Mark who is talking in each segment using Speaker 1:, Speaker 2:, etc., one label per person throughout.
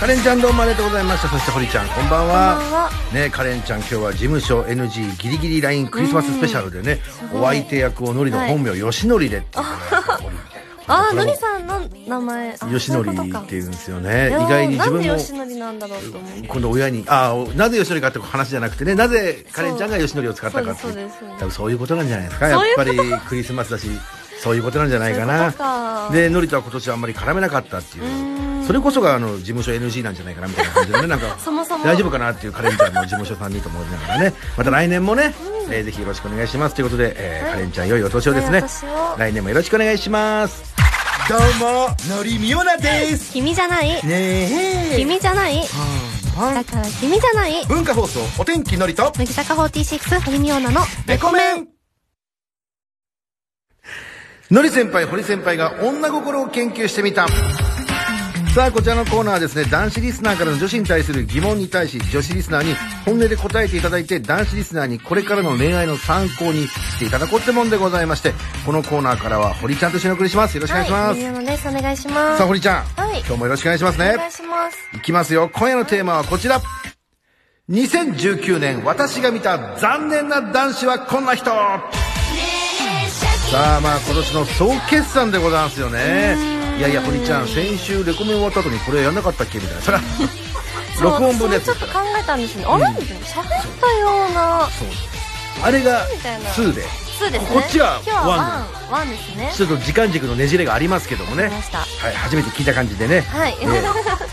Speaker 1: カレンちゃんどうもありがとうございましたそして堀ちゃんこんばんは
Speaker 2: こんばんは
Speaker 1: ねカレンちゃん今日は事務所 NG ギリギリラインクリスマススペシャルでねお相手役をのりの本名よしのりでっていうね
Speaker 2: ああ
Speaker 1: これ
Speaker 2: の
Speaker 1: も
Speaker 2: りさんの名前あ
Speaker 1: よしのりっ
Speaker 2: そういうことか
Speaker 1: ていうんですよね意
Speaker 2: いやー
Speaker 1: 外に自分
Speaker 2: なん
Speaker 1: も
Speaker 2: でよしのりなんだろうと思って
Speaker 1: 今度親にああなぜよしのりかって話じゃなくてねなぜカレンちゃんがよしのりを使ったかって
Speaker 2: そうそうですそうです
Speaker 1: 多分そういうことなんじゃないですかやっ
Speaker 2: そういう
Speaker 1: ぱ
Speaker 2: こ
Speaker 1: りクリスマスだしそういうことなんじゃないか
Speaker 2: そういう
Speaker 1: な
Speaker 2: ことか
Speaker 1: でのりとは今年はあんまり絡めなかったっていうそれこそがあの事務所 NG なんじゃないかなみたいな感じでねなん か
Speaker 2: そもそも
Speaker 1: 大丈夫かなっていうカレンちゃんの事務所さんにと思いながらねまた来年もね、えーぜひよろしくお願いしますということで、えーカレンちゃん良いお年をですね
Speaker 2: 良いお年を
Speaker 1: 来年もよろしくお願いしますどうものりみおなです
Speaker 2: 君じゃない
Speaker 1: ねえ
Speaker 2: 君じゃないだから君じゃない
Speaker 1: 文化放送お天気のりと
Speaker 2: 乃木坂46堀美央奈の
Speaker 1: レコメンのり先輩堀先輩が女心を研究してみたさあこちらのコーナーはですね男子リスナーからの女子に対する疑問に対し女子リスナーに本音で答えていただいて男子リスナーにこれからの恋愛の参考にしていただこうってもんでございましてこのコーナーからは堀ちゃんと一緒にお送りしますよろしくお願いしま
Speaker 2: は
Speaker 1: す、
Speaker 2: い、のです。お願いします。
Speaker 1: さあ堀ちゃん、
Speaker 2: はい
Speaker 1: 今日もよろしくお願いしますね
Speaker 2: お願いします。
Speaker 1: いきますよ。今夜のテーマはこちら。2019年、私が見た残念な男子はこんな人さあまあ今年の総決算でございますよねいやいや堀ちゃん先週レコメン終わった後にこれやんなかったっけみたいな それは録音分のやつ
Speaker 2: そう
Speaker 1: です
Speaker 2: ちょ
Speaker 1: か
Speaker 2: っと
Speaker 1: ら
Speaker 2: 考えたんですね。あれ喋ったような。
Speaker 1: そうあれが
Speaker 2: みたいな
Speaker 1: 2で
Speaker 2: そうですね。
Speaker 1: こっちは
Speaker 2: 今日は
Speaker 1: ワ
Speaker 2: ワン。ワンですね。
Speaker 1: ちょっと時間軸のねじれがありますけどもね
Speaker 2: りました
Speaker 1: はい、初めて聞いた感じでね、
Speaker 2: はい
Speaker 1: えー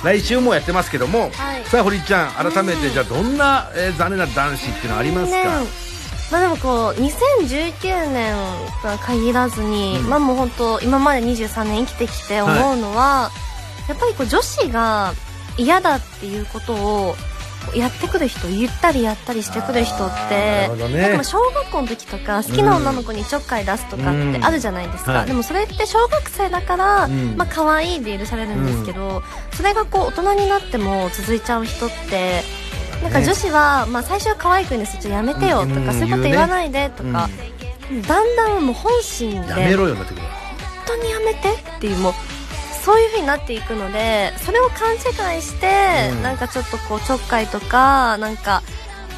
Speaker 1: 来週もやってますけども、
Speaker 2: はい
Speaker 1: さあ堀ちゃん改めてじゃあどんな、えー残念な男子っていうのありますか、
Speaker 2: うんまあでもこう2019年とは限らずに、まあもう本当今まで23年生きてきて思うのは、やっぱりこう女子が嫌だっていうことをやってくる人言ったりやったりしてくる人っ
Speaker 1: あーな
Speaker 2: て
Speaker 1: るほどね
Speaker 2: んかまあ小学校の時とか好きな女の子にちょっかい出すとか
Speaker 1: う
Speaker 2: っ
Speaker 1: ん
Speaker 2: てあるじゃないですか、
Speaker 1: はい
Speaker 2: でもそれって小学生だから、
Speaker 1: うん
Speaker 2: まあ可愛いで許されるんですけど、それがこう大人になっても続いちゃう人ってなんか女子は、まあ、最初は可愛く言うんですよちょっとやめてよとか、
Speaker 1: うん
Speaker 2: そういうこと言わないでとか、だんだんもう本心で
Speaker 1: やめ
Speaker 2: 本
Speaker 1: ろよなってくる
Speaker 2: 当にやめてっていうもうそういう風になっていくのでそれを勘違いして、
Speaker 1: うん
Speaker 2: なんかちょっとこうちょっかいとかなんか、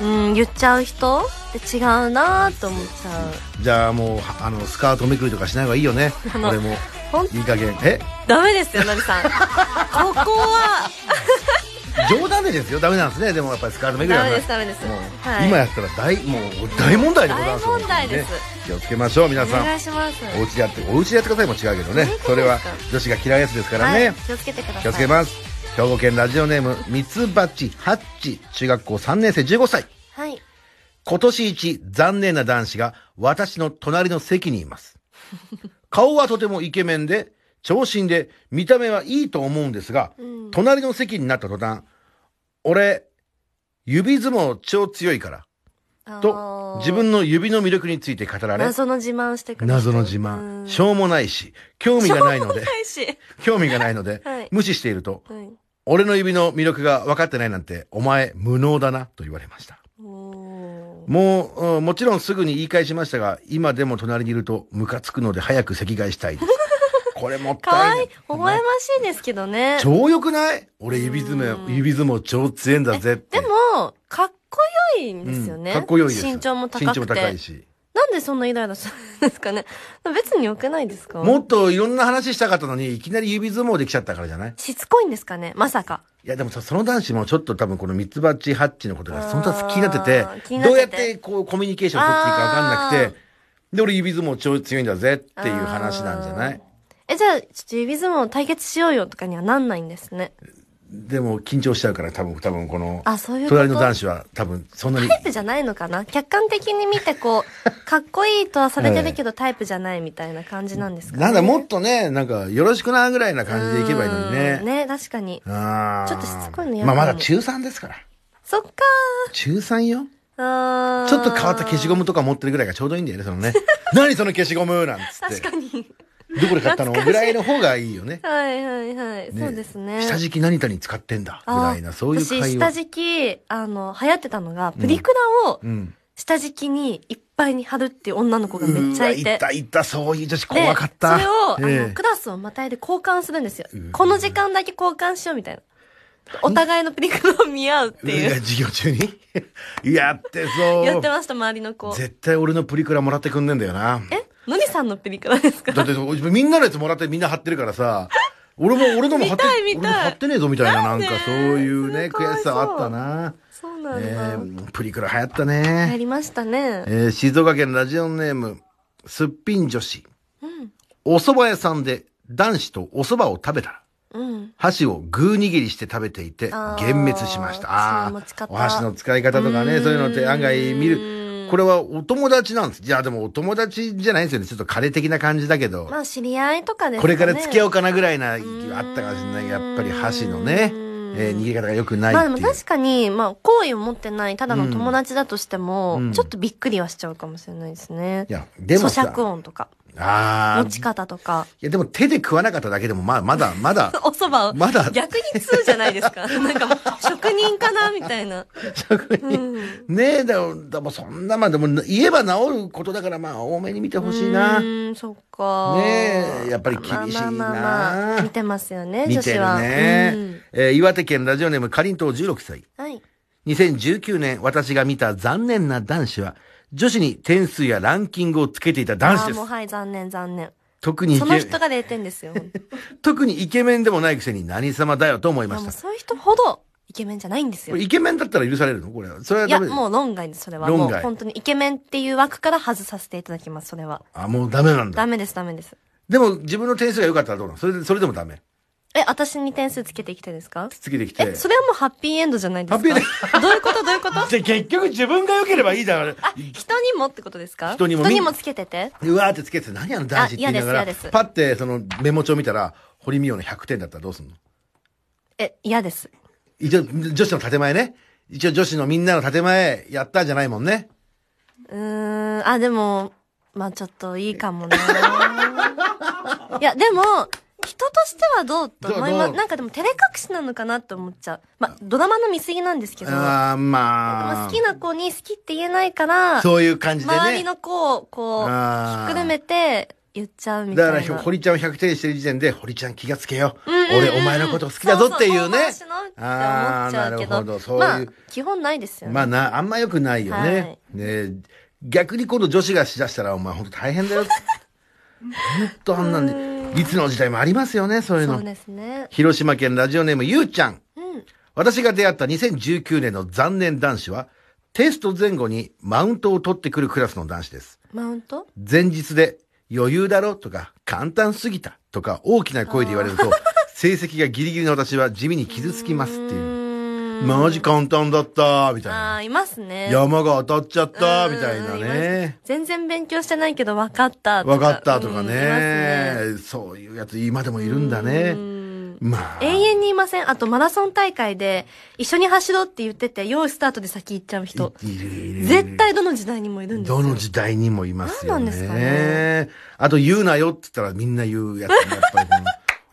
Speaker 2: うん、言っちゃう人って違うなと思っちゃう
Speaker 1: じゃあもうはあのスカートめくりとかしない方がいいよね
Speaker 2: あの
Speaker 1: 俺も
Speaker 2: ほん
Speaker 1: いい加減え
Speaker 2: ダメですよの りさんここは
Speaker 1: 冗談でですよダメなんですねでもやっぱりスカートめくり
Speaker 2: ダ
Speaker 1: は
Speaker 2: メ
Speaker 1: ね
Speaker 2: ですダメです、
Speaker 1: もう、
Speaker 2: はい、
Speaker 1: 今やったら大もう大問題でございますよ
Speaker 2: 大問題です
Speaker 1: 本当にね気をつけましょう皆
Speaker 2: お
Speaker 1: さん
Speaker 2: 願いします
Speaker 1: お家でやってお家でやってくださいも違うけどね
Speaker 2: どういうことですか
Speaker 1: それは女子が嫌いやつですからね、
Speaker 2: はい、気をつけてください
Speaker 1: 気をつけます兵庫県ラジオネームミツバチハッチ中学校3年生15歳
Speaker 2: はい
Speaker 1: 今年一残念な男子が私の隣の席にいます顔はとてもイケメンで長身で見た目はいいと思うんですが、
Speaker 2: うん
Speaker 1: 隣の席になった途端俺指相撲超強いからと自分の指の魅力について語られ
Speaker 2: 謎の自慢してくる人
Speaker 1: 謎の自
Speaker 2: う
Speaker 1: 慢
Speaker 2: ん
Speaker 1: しょうもないし興味がないので
Speaker 2: ないし
Speaker 1: 興味がないので、
Speaker 2: はい
Speaker 1: 無視していると
Speaker 2: はい
Speaker 1: 俺の指の魅力が分かってないなんて、お前無能だな、と言われました。
Speaker 2: おー
Speaker 1: もう、うんもちろんすぐに言い返しましたが、今でも隣にいるとムカつくので早く席替えしたいです。 これもっ
Speaker 2: か
Speaker 1: た
Speaker 2: わ
Speaker 1: いない
Speaker 2: い。微笑ましいですけどね
Speaker 1: 超良くない俺指相撲、指相撲超強いんだぜって。
Speaker 2: でもかっこよいんですよね、
Speaker 1: うんかっこ良いです。
Speaker 2: 身長も高くて
Speaker 1: 身長も高いし。
Speaker 2: なんでそんなイライラするんですかね別に良くないですか
Speaker 1: もっといろんな話したかったのに、いきなり指相撲できちゃったからじゃない
Speaker 2: しつこいんですかねまさか
Speaker 1: いやでもさ、その男子もちょっと多分このミツバチハッチのことがその他好きになってて
Speaker 2: あー気になってて
Speaker 1: どうやってこうコミュニケーションを取っていいかわかんなくて
Speaker 2: あ、
Speaker 1: で、俺指相撲超強いんだぜっていう話なんじゃない
Speaker 2: えじゃあちょっと指相撲対決しようよとかにはなんないんですね
Speaker 1: でも緊張しちゃうから多分、多分この、
Speaker 2: あそういうこと
Speaker 1: 隣の男子は多分そんなに、
Speaker 2: タイプじゃないのかな客観的に見てこうかっこいいとはされてるけどタイプじゃないみたいな感じなんですかね
Speaker 1: なんだもっとね、なんかよろしくなぐらいな感じでいけばいいのに
Speaker 2: う
Speaker 1: ね
Speaker 2: ん。ね、確かに。
Speaker 1: あー
Speaker 2: ちょっとしつこいのや
Speaker 1: ま
Speaker 2: だ
Speaker 1: あ
Speaker 2: な
Speaker 1: まだ中3ですから。
Speaker 2: そっか
Speaker 1: 中3よ。
Speaker 2: ー。
Speaker 1: ちょっと変わった消しゴムとか持ってるぐらいがちょうどいいんだよね、そのね。 何その消しゴムなんつって。
Speaker 2: 確かに。
Speaker 1: どこで買ったの
Speaker 2: 懐かし
Speaker 1: ぐ
Speaker 2: い
Speaker 1: らいの方がいいよね。
Speaker 2: はいはいはい。そうですね。
Speaker 1: 下敷き何々使ってんだぐ
Speaker 2: あー
Speaker 1: らいな、そういう会話。
Speaker 2: 私、下敷き、あの、流行ってたのが、プリクラを
Speaker 1: うん。
Speaker 2: 下敷きにいっぱいに貼るっていう女の子がめっちゃいて。
Speaker 1: うわいたいた、そういう女子
Speaker 2: で
Speaker 1: 怖かった。
Speaker 2: それを、あ
Speaker 1: ええ
Speaker 2: の、クラスをまたいで交換するんですよ
Speaker 1: うわ。
Speaker 2: この時間だけ交換しようみたいな。お互いのプリクラを見合うって
Speaker 1: い
Speaker 2: い
Speaker 1: や
Speaker 2: う。
Speaker 1: 授業中に やってそう。
Speaker 2: やってました、周りの子。
Speaker 1: 絶対俺のプリクラもらってくんねえんだよな。
Speaker 2: えのりさんのプリクラですか
Speaker 1: だってそうみんなのやつもらってみんな貼ってるからさ、俺も、俺のも貼って、
Speaker 2: 見たい見
Speaker 1: 俺
Speaker 2: たい
Speaker 1: も貼ってねえぞみたいな、な
Speaker 2: なんん
Speaker 1: か
Speaker 2: で
Speaker 1: そういうね、
Speaker 2: それかわ
Speaker 1: 悔
Speaker 2: い
Speaker 1: し
Speaker 2: そう
Speaker 1: さはあったな。
Speaker 2: そうなんだ。
Speaker 1: ねえプリクラ流行った
Speaker 2: や
Speaker 1: ね。
Speaker 2: りましたね。
Speaker 1: えー静岡県ラジオネーム、すっぴん女子。お蕎麦屋さんで男子とお蕎麦を食べたら、
Speaker 2: うん。
Speaker 1: 箸をグー握りして食べていて、
Speaker 2: あー
Speaker 1: 幻滅しました。ああ
Speaker 2: その持ち
Speaker 1: ー、
Speaker 2: 方
Speaker 1: お箸の使い方とかね、
Speaker 2: うん
Speaker 1: そういうのって案外見る。これはお友達なんです。じゃあでもお友達じゃないんですよね。ちょっと彼的な感じだけど。
Speaker 2: まあ、知り合いとかです
Speaker 1: こ
Speaker 2: か
Speaker 1: れ
Speaker 2: ね。
Speaker 1: から付き合お
Speaker 2: う。
Speaker 1: うかなぐらいな、あったかもしれないけどやっぱり箸のね、え
Speaker 2: うん
Speaker 1: ー逃げ方が良くない
Speaker 2: まあで
Speaker 1: っ
Speaker 2: も
Speaker 1: ていう。
Speaker 2: 確かに、まあ、好意を持ってない、ただの友達だとしても、
Speaker 1: うん
Speaker 2: ちょっとびっくりはしちゃうかもしれないですね。
Speaker 1: いや、でも
Speaker 2: 咀
Speaker 1: さ、
Speaker 2: 嚼音とか、
Speaker 1: ああ、
Speaker 2: 持ち
Speaker 1: い
Speaker 2: 方とか、
Speaker 1: やでも手で食わなかっただけでも、まあ、まだ、まだ、
Speaker 2: お蕎麦を。
Speaker 1: まだ
Speaker 2: 逆に通じゃない ですか。なんかもう、職人かなみたいな。
Speaker 1: 職人
Speaker 2: うん。
Speaker 1: ねえ、だでもそんな、まあでも言えば治ることだから、まあ多めに見てほしいな
Speaker 2: う。ーん、そっか。
Speaker 1: ねえやっぱり厳しいな
Speaker 2: まあまあまあまあ見てますよね、
Speaker 1: 見
Speaker 2: 女
Speaker 1: て
Speaker 2: 子
Speaker 1: る
Speaker 2: は。
Speaker 1: ね、
Speaker 2: うん
Speaker 1: えー岩手県ラジオネームかりんとう16歳。
Speaker 2: はい。
Speaker 1: 2019年、私が見た残念な男子は、女子に点数やランキングをつけていた男子
Speaker 2: あ
Speaker 1: で
Speaker 2: ー
Speaker 1: す
Speaker 2: もう。はい、残念、残念。
Speaker 1: 特にイ
Speaker 2: その
Speaker 1: ケ
Speaker 2: 人が0点ですよ。 い
Speaker 1: 特にイケメンでもないくせに何様だよと思いま
Speaker 2: や
Speaker 1: し
Speaker 2: もう
Speaker 1: た。
Speaker 2: そういう人ほどイケメンじゃないんです
Speaker 1: こ
Speaker 2: よ。
Speaker 1: れ
Speaker 2: い
Speaker 1: イケメンだったら許されるのこれ。それは
Speaker 2: や、
Speaker 1: ダメです。
Speaker 2: もう論外です、それは。
Speaker 1: 論
Speaker 2: も
Speaker 1: 外
Speaker 2: う本当にイケメンっていう枠から外させていただきます、それは。
Speaker 1: あ、もうダメなんだ
Speaker 2: ダ。メです、ダメです。
Speaker 1: でも自分の点数が良かったらどうなのそれで、それでもダメ。
Speaker 2: え、私に点数つけてきてですか
Speaker 1: 次できて
Speaker 2: え、。それはもうハッピーエンドじゃないで
Speaker 1: ハ
Speaker 2: すか
Speaker 1: ッピーエン
Speaker 2: ドどういうことどうい うこと
Speaker 1: で、結局自分が良ければいいだろ。
Speaker 2: 人にもってことですか
Speaker 1: 人にも
Speaker 2: 人にもつけてて。
Speaker 1: うわーってつけてて、何あの男子って言いなが
Speaker 2: あ
Speaker 1: ら
Speaker 2: 嫌です嫌で、す
Speaker 1: パってそのメモ帳見たら、堀美桜の100点だったらどうすんの
Speaker 2: え、嫌です。
Speaker 1: 一応、女子の建前ね。一応女子のみんなの建前、やったんじゃないもんね。
Speaker 2: うーん、あ、でも、まあちょっといいか もな。いや、でも、人としてはどうと思い
Speaker 1: どう
Speaker 2: ま
Speaker 1: どう
Speaker 2: す。なんかでも照れ隠しなのかなって思っちゃう。まあ、ドラマの見過ぎなんですけど、ま
Speaker 1: あー、ま
Speaker 2: あ
Speaker 1: あ。
Speaker 2: 好きな子に好きって言えないから、
Speaker 1: そういう感じでね。
Speaker 2: 周りの子をこう、ひ
Speaker 1: あー
Speaker 2: っくるめて言っちゃうみたい
Speaker 1: だ
Speaker 2: な。
Speaker 1: からひょ、堀ちゃんを100点してる時点で、堀ちゃん気がつけよ。
Speaker 2: うんうんうん
Speaker 1: 俺、お前のこと好きだぞっていうね。
Speaker 2: そうそうそう思っちゃうけど
Speaker 1: あーなるほどそういう
Speaker 2: まあ、基本ないですよね。
Speaker 1: まあな、あんま良くないよね。
Speaker 2: はい
Speaker 1: ねえ逆に今度女子がしだしたら、お前ほんと大変だよ。ほんとあんなんで、いつの時代もありますよね、そういう
Speaker 2: そ
Speaker 1: の
Speaker 2: う。ですね。
Speaker 1: 広島県ラジオネームゆうちゃん。
Speaker 2: うん。
Speaker 1: 私が出会った2019年の残念男子は、テスト前後にマウントを取ってくるクラスの男子です。
Speaker 2: マウント
Speaker 1: 前日で余裕だろとか簡単すぎたとか大きな声で言われる と成績がギリギリの私は地味に傷つきますっていう。
Speaker 2: うーん
Speaker 1: マジ簡単だったみたい
Speaker 2: あ
Speaker 1: な。
Speaker 2: あ、いますね。
Speaker 1: 山が当たっちゃった
Speaker 2: うん
Speaker 1: みたいな
Speaker 2: ます
Speaker 1: ね。
Speaker 2: 全然勉強してないけど分かったと
Speaker 1: わかったとか
Speaker 2: うんいますね
Speaker 1: ね。そういうやつ今でもいるんだね
Speaker 2: う。ん
Speaker 1: まあ。
Speaker 2: 永遠にいません。あとマラソン大会で一緒に走ろうって言ってて、用意スタートで先行っちゃう人。
Speaker 1: いるいる
Speaker 2: 絶対どの時代にもいるんですよ。
Speaker 1: どの時代にもいますよ
Speaker 2: 何なんですかね
Speaker 1: ね。あと言うなよって言ったらみんな言うやつねやっぱりこ の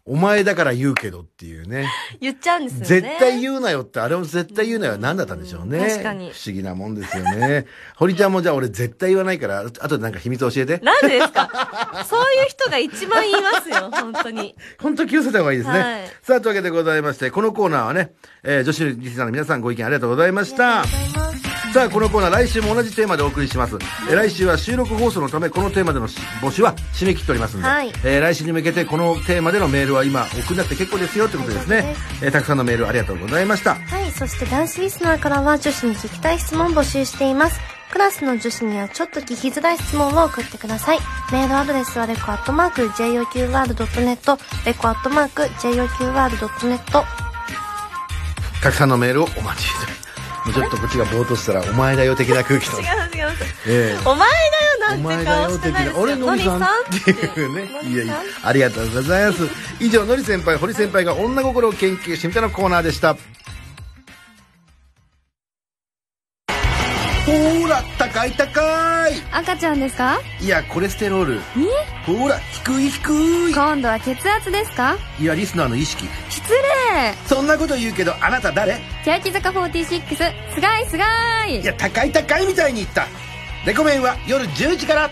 Speaker 1: お前だから言うけどっていうね。
Speaker 2: 言っちゃうんですよね。
Speaker 1: 絶対言うなよって、あれを絶対言うなよは何だったんでしょうね。
Speaker 2: うん確かに
Speaker 1: 不思議なもんですよね。 堀ちゃんもじゃあ俺絶対言わないから、あとでなんか秘密教えて。
Speaker 2: なんでですかそういう人が一番言いますよ、本当に。
Speaker 1: 本当気をつけた方がいいですね。
Speaker 2: はい
Speaker 1: さあ、というわけでございまして、このコーナーはね、えー女子リスナーの皆さんご意見ありがとうございました。さあ、このコーナー来週も同じテーマでお送りします。えー来週は収録放送のため、このテーマでのし募集は締め切っておりますので、
Speaker 2: はい
Speaker 1: えー来週に向けてこのテーマでのメールは今送んなくて結構ですよってことですね。
Speaker 2: はい
Speaker 1: えーたくさんのメールありがとうございました。
Speaker 2: はい、そして男子リスナーからは女子に聞きたい質問を募集しています。クラスの女子にはちょっと聞きづらい質問を送ってください。メールアドレスはレコアットマーク JOQR.net、レコアットマーク JOQR.net。
Speaker 1: たくさんのメールをお待ちしておりますちょっとこっちがぼーっとしたら、お前だよ的な空気と。
Speaker 2: 違う違う。
Speaker 1: ええ
Speaker 2: お前だ
Speaker 1: お
Speaker 2: よなん
Speaker 1: 前
Speaker 2: て
Speaker 1: だ
Speaker 2: 顔
Speaker 1: よ
Speaker 2: し
Speaker 1: 的
Speaker 2: てないで
Speaker 1: な、
Speaker 2: すよ。
Speaker 1: 俺のりさん
Speaker 2: の
Speaker 1: っていうね。 いやいや、ありがとうございます。以上、のり先輩、堀先輩が女心を研究してみたのコーナーでした。ほーら、高い高い
Speaker 3: 赤ちゃんですか
Speaker 1: いや、コレステロール。ほーら、低い低い
Speaker 3: 今度は血圧ですか
Speaker 1: いや、リスナーの意識。
Speaker 3: 失礼
Speaker 1: そんなこと言うけど、あなた誰
Speaker 3: 欅坂46すがいすがい
Speaker 1: いや、高い高いみたいに言った。レコメンは夜10時から。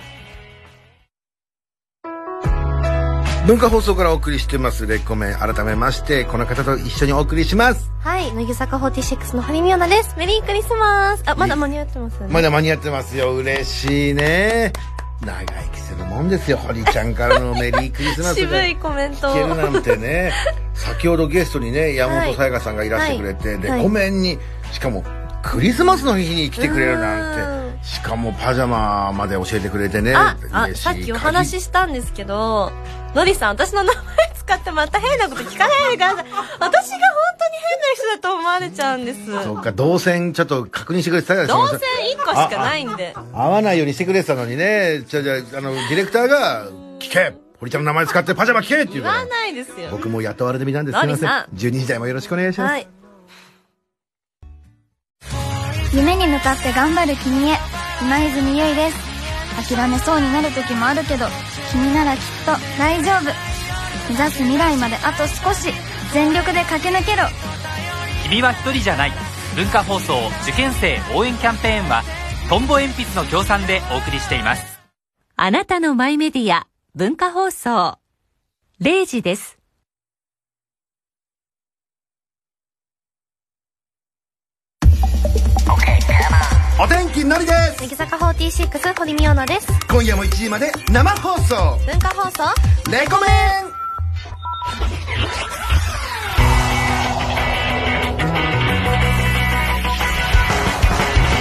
Speaker 1: 文化放送からお送りしてますレコメン改めましてこの方と一緒にお送りします
Speaker 2: はい、乃木坂46のハリミオナです。メリークリスマス。あ、まだ間に合ってますよね。
Speaker 1: まだ間に合ってますよ嬉しいね長生きするもんですよ堀ちゃんからのメリークリスマス
Speaker 2: 渋
Speaker 1: が
Speaker 2: いコメント
Speaker 1: 聞
Speaker 2: を。
Speaker 1: けるなんてね先ほどゲストにね山
Speaker 2: は
Speaker 1: 本
Speaker 2: い
Speaker 1: さやかさんがいらしてくれて、
Speaker 2: はい
Speaker 1: レコメンにしかもクリスマスの日に来てくれるな
Speaker 2: うん
Speaker 1: てしかもパジャマまで教えてくれてね
Speaker 2: あ、あ
Speaker 1: 嬉しい
Speaker 2: さっきお話ししたんですけど、のりさん、私の名前使ってまた変なこと聞かないでください。私が本当に変な人だと思われちゃうんです。
Speaker 1: そ
Speaker 2: 動
Speaker 1: っか動線ちょっと確認してくれてたよ
Speaker 2: 線1個しかないんで。
Speaker 1: 合わないようにしてくれてたのにね、じゃあじゃあ、あの、ディレクターが、聞け堀ちゃんの名前使ってパジャマ聞けって言う
Speaker 2: 言
Speaker 1: か
Speaker 2: わ
Speaker 1: ら。
Speaker 2: ないですよ。
Speaker 1: 僕も雇われてみたんです。すいません。
Speaker 2: 何
Speaker 1: 12時台もよろしくお願いします。
Speaker 2: はい。
Speaker 3: 夢に向かって頑張る君へ今泉ゆいです諦めそうになる時もあるけど君ならきっと大丈夫目指す未来まであと少し全力で駆け抜けろ
Speaker 4: 君は一人じゃない文化放送受験生応援キャンペーンはトンボ鉛筆の協賛でお送りしています
Speaker 5: あなたのマイメディア、文化放送。0時です。
Speaker 1: お天気のりです
Speaker 2: 乃木坂46、堀美央奈です。
Speaker 1: 今夜も1時まで生放送
Speaker 2: 文化放送
Speaker 1: レコメ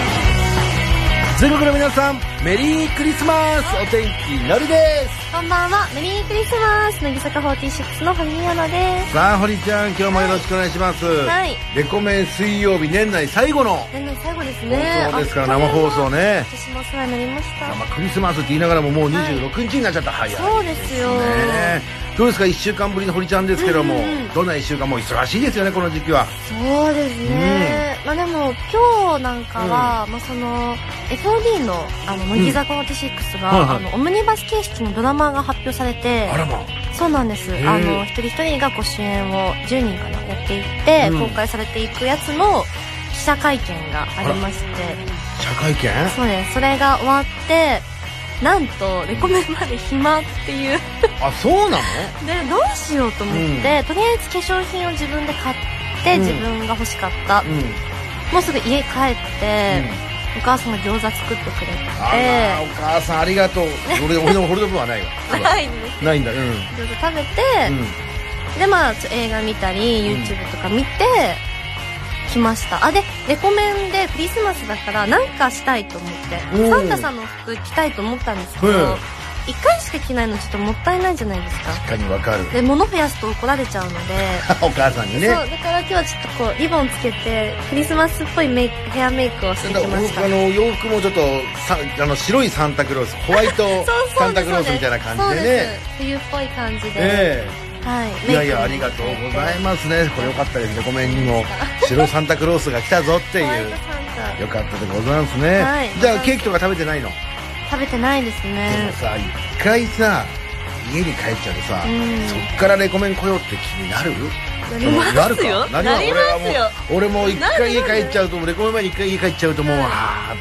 Speaker 1: ン全国の皆さん、メリークリスマスお天気のりです
Speaker 2: こんばんは、メリークリスマス。乃木坂46の堀美央奈で
Speaker 1: さあ堀ちゃん今日もよろしくお願いします
Speaker 2: はい
Speaker 1: レコメン水曜日年内最後の
Speaker 2: す。年内最後ですね。
Speaker 1: そうですから
Speaker 2: あっとい
Speaker 1: 生
Speaker 2: う間
Speaker 1: 放送。ね
Speaker 2: 私もお世話になりました。
Speaker 1: まあクリスマスって言いながらももう26日になっちゃった、早い
Speaker 2: そうですよ。
Speaker 1: ねどうですか1週間ぶりの堀ちゃんですけども、
Speaker 2: うんうんうん
Speaker 1: どんな1週間も忙しいですよねこの時期は
Speaker 2: そうですね、まあでも今日なんかは、まあその FOD のあの乃木坂46が、
Speaker 1: はいはい
Speaker 2: あのオムニバス形式のドラマが発表されて
Speaker 1: あらま
Speaker 2: そうなんです
Speaker 1: へー
Speaker 2: あの一人一人がご主演を10人かなやっていって、
Speaker 1: うん
Speaker 2: 公開されていくやつの記者会見がありまして
Speaker 1: 社会見
Speaker 2: そうですそれが終わってなんとレコメンまで暇っていう
Speaker 1: あそうなの
Speaker 2: でどうしようと思って、とりあえず化粧品を自分で買っ
Speaker 1: う
Speaker 2: て、
Speaker 1: ん
Speaker 2: 自分が欲しかった、
Speaker 1: うん、うん
Speaker 2: もうすぐ家帰って、お母さんが餃子作ってくれて
Speaker 1: あらお母さんありがとう俺俺の俺の分はない わ
Speaker 2: ないんです
Speaker 1: ないんだうん、うん
Speaker 2: 餃子食べて、でまあちょ映画見たり
Speaker 1: うん
Speaker 2: YouTube とか見て、来ましたあでレコメンでクリスマスだからなんかしたいと思って
Speaker 1: おー
Speaker 2: サンタさんの服着たいと思ったんですけど
Speaker 1: はい
Speaker 2: 1回しか着ないのちょっともったいないじゃないですか
Speaker 1: 確かにわかる
Speaker 2: で物増やすと怒られちゃうので
Speaker 1: お母さんにね
Speaker 2: そうだから今日はちょっとこうリボンつけてクリスマスっぽいメイクヘアメイクをして
Speaker 1: だ
Speaker 2: き
Speaker 1: か
Speaker 2: ま
Speaker 1: ら
Speaker 2: した
Speaker 1: 僕あの洋服もちょっとさあの白いサンタクロースホワイ トサンタクロースみたいな感じで
Speaker 2: そう
Speaker 1: ね
Speaker 2: す冬っぽい感じで、
Speaker 1: え
Speaker 2: はい
Speaker 1: えいやいやありがとうございますねこれよかったですねごめんにも白いサンタクロースが来たぞって
Speaker 2: す
Speaker 1: い
Speaker 2: ホワイ
Speaker 1: う
Speaker 2: トサン
Speaker 1: よかったでございますね、
Speaker 2: はい
Speaker 1: じゃあケーキとか食べてないの、
Speaker 2: タ食べてないです
Speaker 1: でも
Speaker 2: ね
Speaker 1: さ一回さ家に帰っちゃうとさ、
Speaker 2: うん
Speaker 1: そっからレコメン来ようって気になる
Speaker 2: なりますよ
Speaker 1: なるかなるわ
Speaker 2: なりますよ
Speaker 1: 俺はもう俺も一
Speaker 2: なるなる
Speaker 1: 回家帰っちゃうとレコメン前に一回家帰っちゃうともう、あ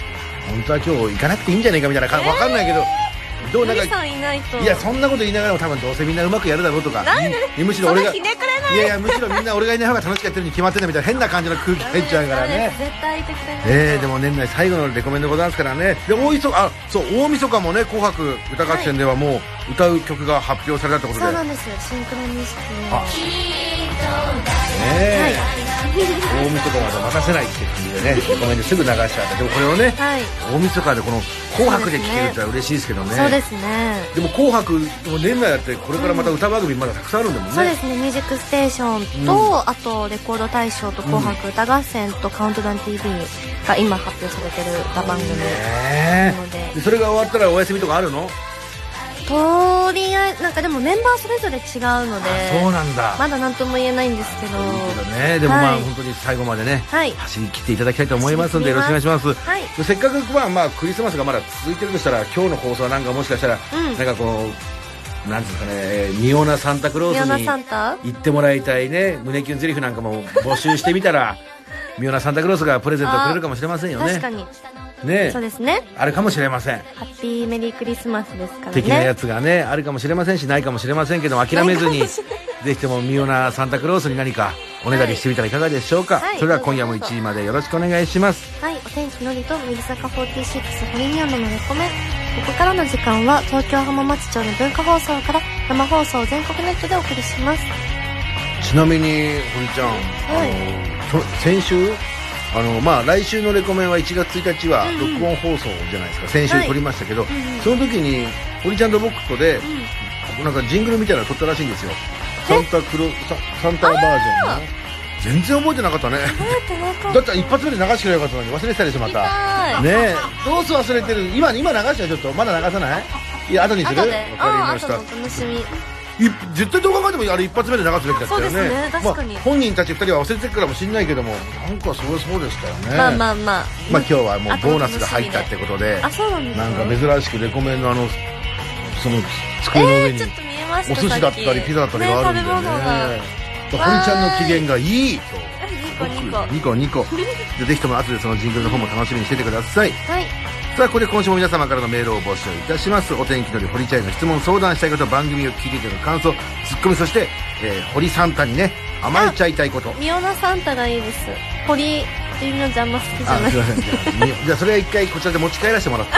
Speaker 1: ー本当は今日行かなくていいんじゃないかみたいなかわかんないけど、どうなん
Speaker 2: 森
Speaker 1: か
Speaker 2: さんいないと
Speaker 1: いやそんなこと言いながらも多分どうせみんなうまくやるだろうとか
Speaker 2: なんで
Speaker 1: いむしろ
Speaker 2: そん
Speaker 1: 俺
Speaker 2: な
Speaker 1: が
Speaker 2: ひ
Speaker 1: い
Speaker 2: ねくれない
Speaker 1: やいやむしろみんな俺がいない方が楽しくやってるに決まってんだみたいな変な感じの空気入っちゃうから
Speaker 2: ダメ
Speaker 1: ね
Speaker 2: です絶対的に
Speaker 1: えー、でも年内最後のレコメンでございますからねで大晦日あそう大晦日もね「紅白歌合戦」ではもう歌う曲が発表されたってことで、
Speaker 2: そうなんですよシンクロニシティ
Speaker 1: あねえ、大晦日まで待たせないっていう感じでねレコメンですぐ流してあってでもこれをね
Speaker 2: はい、
Speaker 1: 大晦日でこの「紅白」で聴けるってのは嬉しいですけどね
Speaker 2: そうですね
Speaker 1: でも「紅白」も年内だってこれからまた歌番組まだたくさんあるんだもんね、
Speaker 2: そうですね「ミュージックステーションと」あと「レコード大賞」と「紅白歌合戦」と「カウントダウン t v が今発表されてる歌番組
Speaker 1: ね
Speaker 2: なので
Speaker 1: えでそれが終わったらお休みとかあるの
Speaker 2: とりあえずなんかでもメンバーそれぞれ違うので
Speaker 1: あそうなんだ、
Speaker 2: まだ何とも言えないんですけど
Speaker 1: いいけどねでもまあ、
Speaker 2: はい
Speaker 1: 本当に最後までね
Speaker 2: はい
Speaker 1: 走り切っていただきたいと思いますのでよろしくお願いします、
Speaker 2: はい
Speaker 1: せっかく、まあまあ、クリスマスがまだ続いてるとしたら今日の放送はなんかもしかしたら、
Speaker 2: うん
Speaker 1: なんかこうなんていうんですかねえー妙なサンタクロー
Speaker 2: ミオナ
Speaker 1: スに
Speaker 2: サンタ
Speaker 1: 行ってもらいたいね胸キュンゼリフ なんかも募集してみたら妙なサンタクロースがプレゼントをくれるかもしれませんよね
Speaker 2: 確かに
Speaker 1: ね
Speaker 2: そうですね
Speaker 1: あるかもしれません
Speaker 2: ハッピーメリークリスマスですからね
Speaker 1: 的なやつがねあるかもしれませんしないかもしれませんけども諦めずに
Speaker 2: な
Speaker 1: ぜ
Speaker 2: いかもしれな
Speaker 1: ひともミオナサンタクロースに何かおねだりしてみたらいかがでしょうか、
Speaker 2: はい
Speaker 1: それでは今夜も1時までよろしくお願いします
Speaker 2: はい、お天気のりと乃木坂46堀美央のレコメンここからの時間は東京浜松町の文化放送から生放送全国ネットでお送りします
Speaker 1: ちなみに堀ちゃん、あのそ先週あのまあ来週のレコメンは1月1日は
Speaker 2: うんうん
Speaker 1: 録音放送じゃないですか、先
Speaker 2: は
Speaker 1: 週
Speaker 2: い
Speaker 1: 撮りましたけど、
Speaker 2: んうん
Speaker 1: その時に堀ちゃんと僕とで、なんかジングルみたいなの撮ったらしいんですよサンタクロササンタバージョンのね全然覚えてなかったねだったら一発目で流してくればよかったのに忘れてたでしょまた
Speaker 2: 痛い
Speaker 1: ねえどうせ忘れてる今今流したよちょっとまだ流さないいや後にする
Speaker 2: 後
Speaker 1: わか
Speaker 2: で
Speaker 1: り
Speaker 2: あ
Speaker 1: まし
Speaker 2: 後
Speaker 1: た
Speaker 2: のお楽しみ
Speaker 1: い絶対どう考えてもあれ一発目で流すべきだったよね
Speaker 2: そうですね確かに
Speaker 1: まあ、本人たち二人は忘れてるからもしんないけどもなんかそうそうでしたよね
Speaker 2: まあまあまあ
Speaker 1: まあ今日はもう
Speaker 2: 後
Speaker 1: ボー
Speaker 2: の
Speaker 1: ナ
Speaker 2: 楽しみ
Speaker 1: ス
Speaker 2: で
Speaker 1: が入ったってことで
Speaker 2: あそうなんです
Speaker 1: なんか
Speaker 2: ね
Speaker 1: 珍しくレコメンのあのその机の
Speaker 2: え
Speaker 1: 上
Speaker 2: ー、
Speaker 1: に、
Speaker 2: ちょっと見えました
Speaker 1: お寿司だったりピザだったりがあるんだよね
Speaker 2: ね
Speaker 1: だから堀ちゃんの機嫌がいい今日
Speaker 2: 食べ物が2個2個
Speaker 1: ニコニコ じゃあぜひとも後でそのジングルの方も楽しみにしててください
Speaker 2: はい
Speaker 1: さあここで今週も皆様からのメールを募集いたしますお天気のり堀ちゃんへの質問相談したいこと番組を聞いていての感想ツッコミそして、えー、堀サンタにね甘えちゃいたいこと
Speaker 2: ミオナサンタがいいです堀っていうのじゃあんま好きじゃ
Speaker 1: あ
Speaker 2: ない
Speaker 1: すいませんじゃあみじゃあそれは一回こちらで持ち帰らせてもらって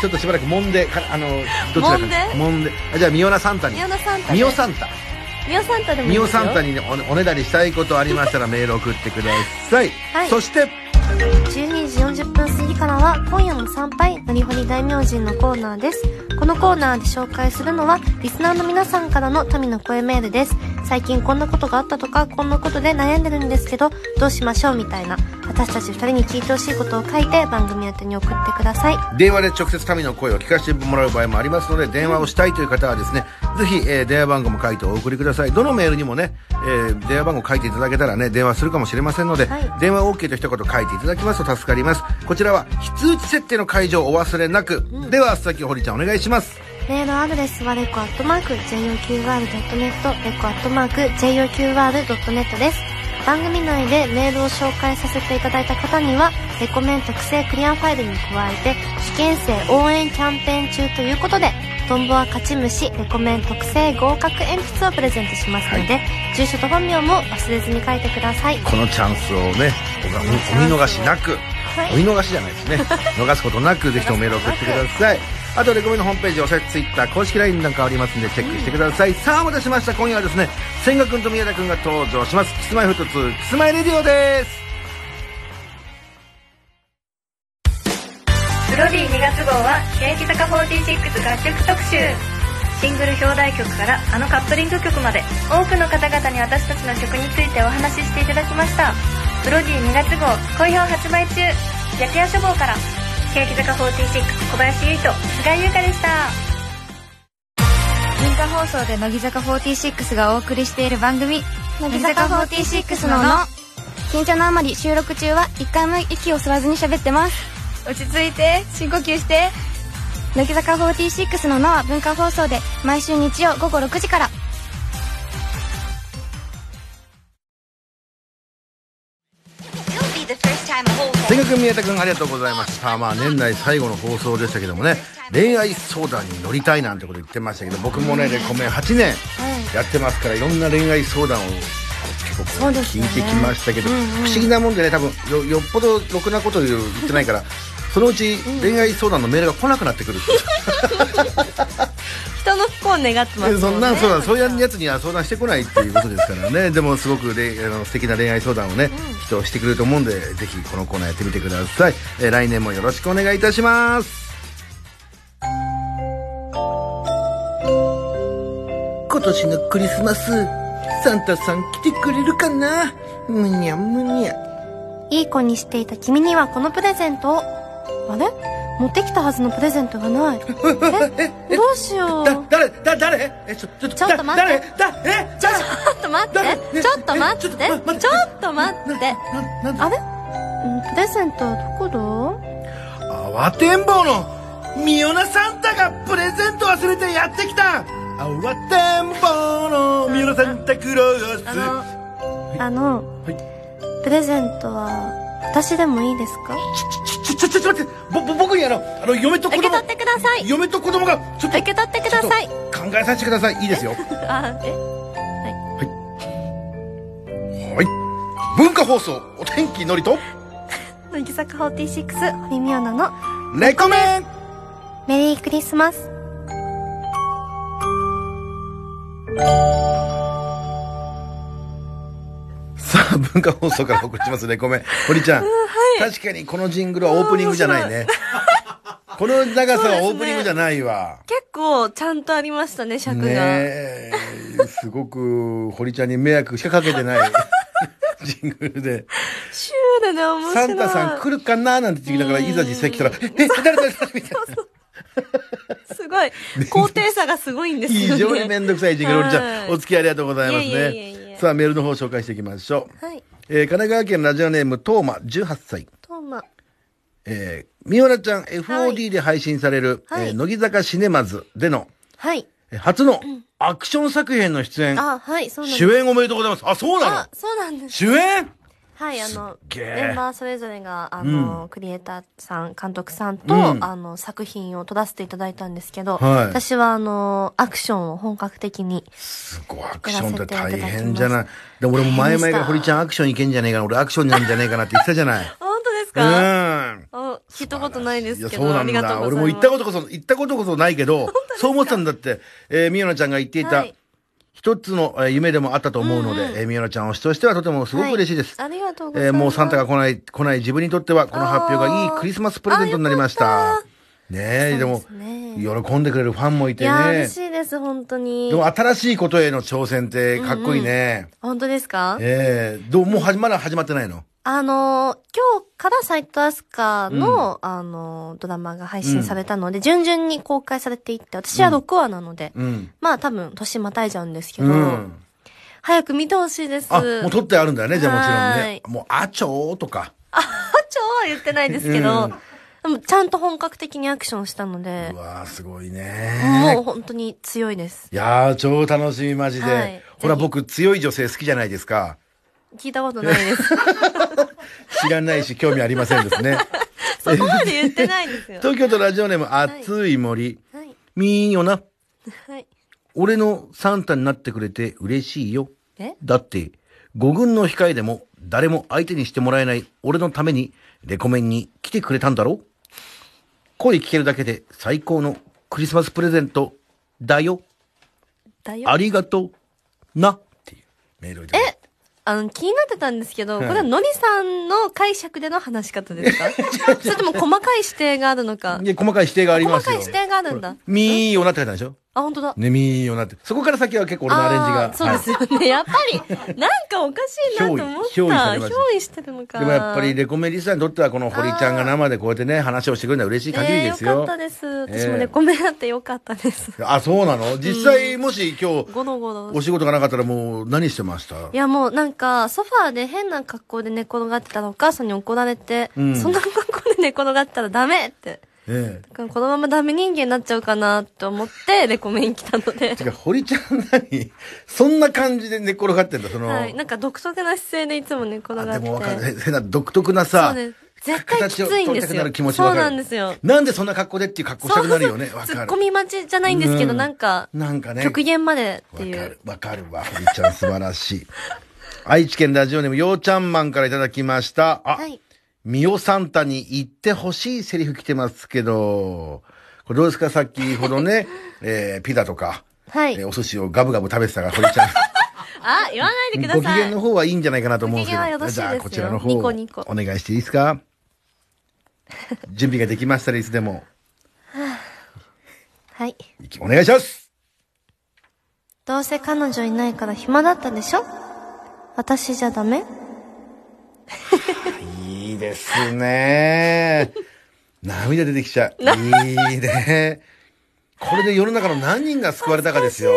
Speaker 1: ちょっとしばらく揉んでかあのどちらかに
Speaker 2: 揉んで
Speaker 1: 揉んであじゃあミオナサンタに
Speaker 2: ミオナサンタで
Speaker 1: ミオサンタ
Speaker 2: ミオサンタでもいい
Speaker 1: ミ
Speaker 2: で
Speaker 1: オ
Speaker 2: すよ
Speaker 1: サンタにねおねおねだりしたいことありましたらメール送ってください、
Speaker 2: はい
Speaker 1: そして
Speaker 2: 12時40分過ぎからは今夜の参拝のりほり大明神のコーナーですこのコーナーで紹介するのはリスナーの皆さんからの民の声メールです最近こんなことがあったとかこんなことで悩んでるんですけどどうしましょうみたいな私たち二人に聞いてほしいことを書いて番組宛てに送ってください
Speaker 1: 電話で直接民の声を聞かせてもらう場合もありますので電話をしたいという方はですねぜひ、えー電話番号も書いてお送りくださいどのメールにもね、えー電話番号書いていただけたらね電話するかもしれませんので、
Speaker 2: はい
Speaker 1: 電話 OK と一言書いていただきますと助かりますこちらは非通知設定の解除をお忘れなく、ではさっき堀ちゃんお願いします
Speaker 2: メールアドレスはレコアットマーク JOQR.net レコアットマーク JOQR.net です番組内でメールを紹介させていただいた方にはレコメン特製クリアファイルに加えて試験生応援キャンペーン中ということでトンボは勝ち虫レコメン特製合格鉛筆をプレゼントしますので、住所と本名も忘れずに書いてください
Speaker 1: このチャンスをねおがおお見逃しなく、
Speaker 2: はい
Speaker 1: お見逃しじゃない ですね逃すことなくぜひともメールを送ってくださいあとレコメンのホームページおさツイッター公式 LINE なんかありますんでチェックしてください、さあお待たせしました今夜はですね千賀君と宮田君が登場しますキスマイフット2キスマイレディオです
Speaker 6: ブロディ2月号は欅坂46楽曲特集シングル表題曲からあのカップリング曲まで多くの方々に私たちの曲についてお話ししていただきましたブロディ2月号好評発売中薬屋書房から欅坂46小林優衣と菅井優香でした
Speaker 3: 文化放送で乃木坂46がお送りしている番組
Speaker 2: 乃木坂46の
Speaker 3: の緊張のあまり収録中は一回も息を吸わずに喋ってます落ち着いて深呼吸して乃木坂46の「の」は文化放送で毎週日曜午後6時から
Speaker 1: 千賀君宮田君ありがとうございましたさあまあ年内最後の放送でしたけどもね恋愛相談に乗りたいなんてこと言ってましたけど僕もねレコメン8年やってますからいろんな恋愛相談を結構こう聞いてきましたけど、不思議なもんでね多分よよっぽどろくなこと言う言ってないからそのうち恋愛相談のメールが来なくなってくるっていう
Speaker 2: 人の不幸を願ってますもんね
Speaker 1: そんなそうだそういうやつには相談してこないっていうことですからね でもすごくれあの素敵な恋愛相談をね、人をしてくれると思うんでぜひこのコーナーやってみてください、えー来年もよろしくお願いいたします今年のクリスマスサンタさん来てくれるかなむにゃむにゃ
Speaker 2: いい子にしていた君にはこのプレゼントを。あれ持ってきたはずのプレゼントがない。え、どうしよう。ち
Speaker 1: だ誰だ誰えちょちょ
Speaker 2: ちょっと待って
Speaker 1: だ誰だえちょ
Speaker 2: ょっと待って。ちょっと待って。ちょっと待って。
Speaker 1: ななんだ
Speaker 2: あれうんプレゼントはどこだ
Speaker 1: 慌てんぼうのミオナサンタがプレゼント忘れてやってきた慌てんぼうのミオナサンタクロース
Speaker 2: あの、あの
Speaker 1: はい、
Speaker 2: プレゼントは私でもいいですか
Speaker 1: ちちょちょちょっと待ってぼぼ僕にあのあの嫁と子
Speaker 5: 受け
Speaker 1: 供
Speaker 5: 取ってください
Speaker 1: 嫁と子供がちょっと
Speaker 5: 受け取ってください
Speaker 1: ちょっと考えさせてくださいいいですよ
Speaker 5: あえ
Speaker 1: はい文化放送お天気のりと
Speaker 2: 乃木坂46堀美央奈の
Speaker 1: レコメン
Speaker 2: メリークリスマス
Speaker 1: さあ文化放送から送りしますレコメン堀ちゃん、確かにこのジングルはオープニングじゃないねこの長さはオープニングじゃないわ
Speaker 2: 結構ちゃんとありましたね尺が、
Speaker 1: ねえすごく堀ちゃんに迷惑しかかけて ないジングルで
Speaker 2: シュールで面白
Speaker 1: サ
Speaker 2: い
Speaker 1: ンタさん来るかななんて言いながらいざ実際来たら「え誰誰誰?」み たいな
Speaker 2: すごい高低差がすごいんですよね
Speaker 1: 非常に面倒くさいジングル堀ちゃ
Speaker 2: は
Speaker 1: ん
Speaker 2: い
Speaker 1: お付き合いありがとうございます
Speaker 2: いやいやいやい
Speaker 1: ね
Speaker 2: や
Speaker 1: さあメールの方紹介していきましょう、
Speaker 2: はい
Speaker 1: えー神奈川県ラジオネームトーマ18歳
Speaker 2: トーマ
Speaker 1: えー、みおらちゃん FOD で配信される、
Speaker 2: はい
Speaker 1: えー乃木坂シネマズでの、
Speaker 2: はい
Speaker 1: えー初のアクション作品への出演、
Speaker 2: あはいそうなんです
Speaker 1: 主演おめでとうございます。あ、そうなの
Speaker 2: あそうなんです
Speaker 1: 主演
Speaker 2: はいあの
Speaker 1: げえ
Speaker 2: メンバーそれぞれがあの、クリエイターさん監督さんと、
Speaker 1: うん
Speaker 2: あの作品を撮らせていただいたんですけど、
Speaker 1: はい
Speaker 2: 私はあのアクションを本格的に
Speaker 1: すごい、アクションって大変じゃない。で、俺も前
Speaker 2: 大変でした
Speaker 1: 々から堀ちゃんアクションいけんじゃねえかな、俺アクションなんじゃねえかなって言ってたじゃない。
Speaker 2: 本当です
Speaker 1: う
Speaker 2: か、
Speaker 1: ん。
Speaker 2: あ聞いたことないですけ
Speaker 1: いや、そう
Speaker 2: ど
Speaker 1: な
Speaker 2: あ
Speaker 1: ん
Speaker 2: りがとう
Speaker 1: だ。
Speaker 2: ございま
Speaker 1: 俺
Speaker 2: す
Speaker 1: も行ったことこそ、行ったことこそないけど、そう思ってたんだって、えー、みおなちゃんが言っていた、
Speaker 2: はい
Speaker 1: 一つのえー夢でもあったと思うので、えーみおなちゃんを推しとしてはとてもすごく嬉しいです。
Speaker 2: はいありがとうござい
Speaker 1: えー
Speaker 2: ます、
Speaker 1: もうサンタが来ない、来ない自分にとっては、この発表がいいクリスマスプレゼントになりました。ねえ、でも
Speaker 2: そうです
Speaker 1: 喜んでくれるファンもい
Speaker 2: い
Speaker 1: て
Speaker 2: やー
Speaker 1: ね
Speaker 2: 嬉し。いです本当に
Speaker 1: でも新しいことへの挑戦ってかっこいいね。
Speaker 2: 本当ですか
Speaker 1: ええどう、もうはじまだ始まってないの
Speaker 2: あのー今日からサイトアスカの、あのードラマが配信されたので、順々に公開されていって、私は6話なので、
Speaker 1: うん。
Speaker 2: まあ多分年またいじゃうんですけ
Speaker 1: う
Speaker 2: ど、
Speaker 1: ん。
Speaker 2: 早く見てほしいです。
Speaker 1: あ、もう撮ってあるんだよね、じゃあもちろん
Speaker 2: は
Speaker 1: ね
Speaker 2: い。
Speaker 1: もう、あちょーとか。
Speaker 2: 課長は言ってないですけど、
Speaker 1: うん
Speaker 2: でもちゃんと本格的にアクションしたので
Speaker 1: う、わー、すごい
Speaker 2: もう
Speaker 1: ね。
Speaker 2: 本当に強いです。
Speaker 1: いやー、超楽しみ、マジ
Speaker 2: は
Speaker 1: で
Speaker 2: い。
Speaker 1: ほら、
Speaker 2: ぜひ
Speaker 1: 僕、強い女性好きじゃないですか。
Speaker 2: 聞いたことないです。
Speaker 1: 知らないし、興味ありません ですね。
Speaker 2: そこまで言ってないです よ。
Speaker 1: 東京都ラジオネーム、熱い森。
Speaker 2: はい。
Speaker 1: みーよな。
Speaker 2: はい。
Speaker 1: 俺のサンタになってくれて嬉しいよ。
Speaker 2: え
Speaker 1: だって、五軍の控えでも誰も相手にしてもらえない俺のためにレコメンに来てくれたんだろ声聞けるだけで最高のクリスマスプレゼントだよ。
Speaker 2: だよ。
Speaker 1: ありがとう。な。っていうメールをいただいて
Speaker 2: あの、気になってたんですけど、
Speaker 1: はい
Speaker 2: これはのりさんの解釈での話し方で すかそれとも細かい指定があるのか。
Speaker 1: で、細かい指定がありま
Speaker 2: 細
Speaker 1: すよ。
Speaker 2: かい指定があるんだ。
Speaker 1: みーよなって書いたんでしょ
Speaker 2: あ、本当だ。
Speaker 1: ね、みーよなって。そこから先は結構俺のアレンジ
Speaker 2: あ
Speaker 1: が。
Speaker 2: ーそうですよね。やっぱり、なんかおかしいなと思った。
Speaker 1: 憑依憑依されます
Speaker 2: 憑依してるのか。
Speaker 1: でもやっぱりレコメリスナーにとってはこの堀ちゃんが生でこうやってね、話をしてくれるのは嬉しい限りです
Speaker 2: えーよ
Speaker 1: よ
Speaker 2: か。ったです。
Speaker 1: え
Speaker 2: 私
Speaker 1: ー
Speaker 2: もレコメンあってよかったです。
Speaker 1: あ、そうなの実際もし今日
Speaker 2: ゴロゴロ
Speaker 1: お。仕事がなかったらもう何してました
Speaker 2: いやもうなんか、ソファーで変な格好で寝転がってたらお母さんに怒られて、
Speaker 1: ん
Speaker 2: そんな格好で寝転がったらダメって。
Speaker 1: ええ。
Speaker 2: このままダメ人間になっちゃうかなと思って、レコメン来たの で
Speaker 1: て。か、堀ちゃん何 そんな感じで寝っ転がってんだ、その。
Speaker 2: はい。なんか独特な姿勢でいつも寝転が
Speaker 1: あ
Speaker 2: って。
Speaker 1: でもわかる。へ変な独特な
Speaker 2: そう
Speaker 1: さ、
Speaker 2: です。絶対きついん
Speaker 1: 形を取り
Speaker 2: です
Speaker 1: たくな
Speaker 2: よ
Speaker 1: る気持。ちわ
Speaker 2: そう
Speaker 1: かる
Speaker 2: なんですよ。
Speaker 1: なんでそんな格好でっていう格好したくなるよね。わ
Speaker 2: ツ
Speaker 1: か
Speaker 2: ッ
Speaker 1: る
Speaker 2: コ。ミ待ちじゃないんですけど、
Speaker 1: うん
Speaker 2: なんか、
Speaker 1: なんかね。
Speaker 2: 極限までって
Speaker 1: わ
Speaker 2: い
Speaker 1: か
Speaker 2: う
Speaker 1: る。、わかるわ。堀ちゃん素晴らしい。愛知県ラジオネーム、ようちゃんマンからいただきました。あ、
Speaker 2: はい
Speaker 1: ミオサンタに言ってほしいセリフ来てますけど、これどうですか先ほど ね、えーピザとか、
Speaker 2: は
Speaker 1: え
Speaker 2: い
Speaker 1: ー。お寿司をガブガブ食べてたから、堀ちゃん。
Speaker 2: あ、言わないでくだ
Speaker 1: ご機
Speaker 2: さ
Speaker 1: 嫌
Speaker 2: い。
Speaker 1: の方はいいんじゃないかなと思うんですけ
Speaker 2: ご機嫌はよ
Speaker 1: ど。
Speaker 2: ろしい
Speaker 1: じ
Speaker 2: です
Speaker 1: ゃ
Speaker 2: よ
Speaker 1: あ、こちらの方、
Speaker 2: ニコニコ
Speaker 1: お願いしていいですか準備ができましたらいつでも、
Speaker 2: はい。
Speaker 1: いきお願いします
Speaker 2: どうせ彼女いないから暇だったでしょ私じゃダメ
Speaker 1: いいですね。涙出てきちゃう。いいね。これで世の中の何人が救われたかですよ。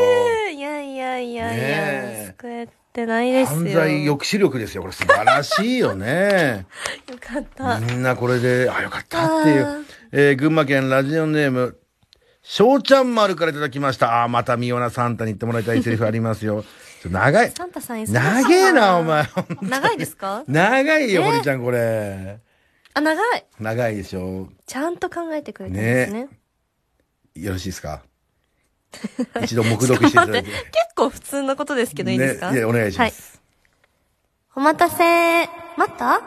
Speaker 2: いやいやいやい
Speaker 1: ねえ
Speaker 2: や、救えてないですよ。
Speaker 1: 犯罪抑止力ですよ。これ素晴らしいよ ね。
Speaker 2: よかった。
Speaker 1: みんなこれで、あ、よかったっていう。えー群馬県ラジオネーム、翔ちゃん丸からいただきました。あー、またミオナサンタに言ってもらいたいセリフありますよ。 ちょ長い。
Speaker 2: サンタさん忙しい
Speaker 1: 長えな、お前。
Speaker 2: 長いですか
Speaker 1: 長いよ、
Speaker 2: え
Speaker 1: 堀ちゃん、これ。
Speaker 2: あ、長い。
Speaker 1: 長いでしょ
Speaker 2: ちゃんと考えてくれてるんですね。
Speaker 1: よろしいですか一度目読していただ いて。
Speaker 2: 結構普通のことですけど、いいですか、
Speaker 1: ね、いや、お願いしま
Speaker 2: はい。
Speaker 1: す。
Speaker 2: お待たせ待った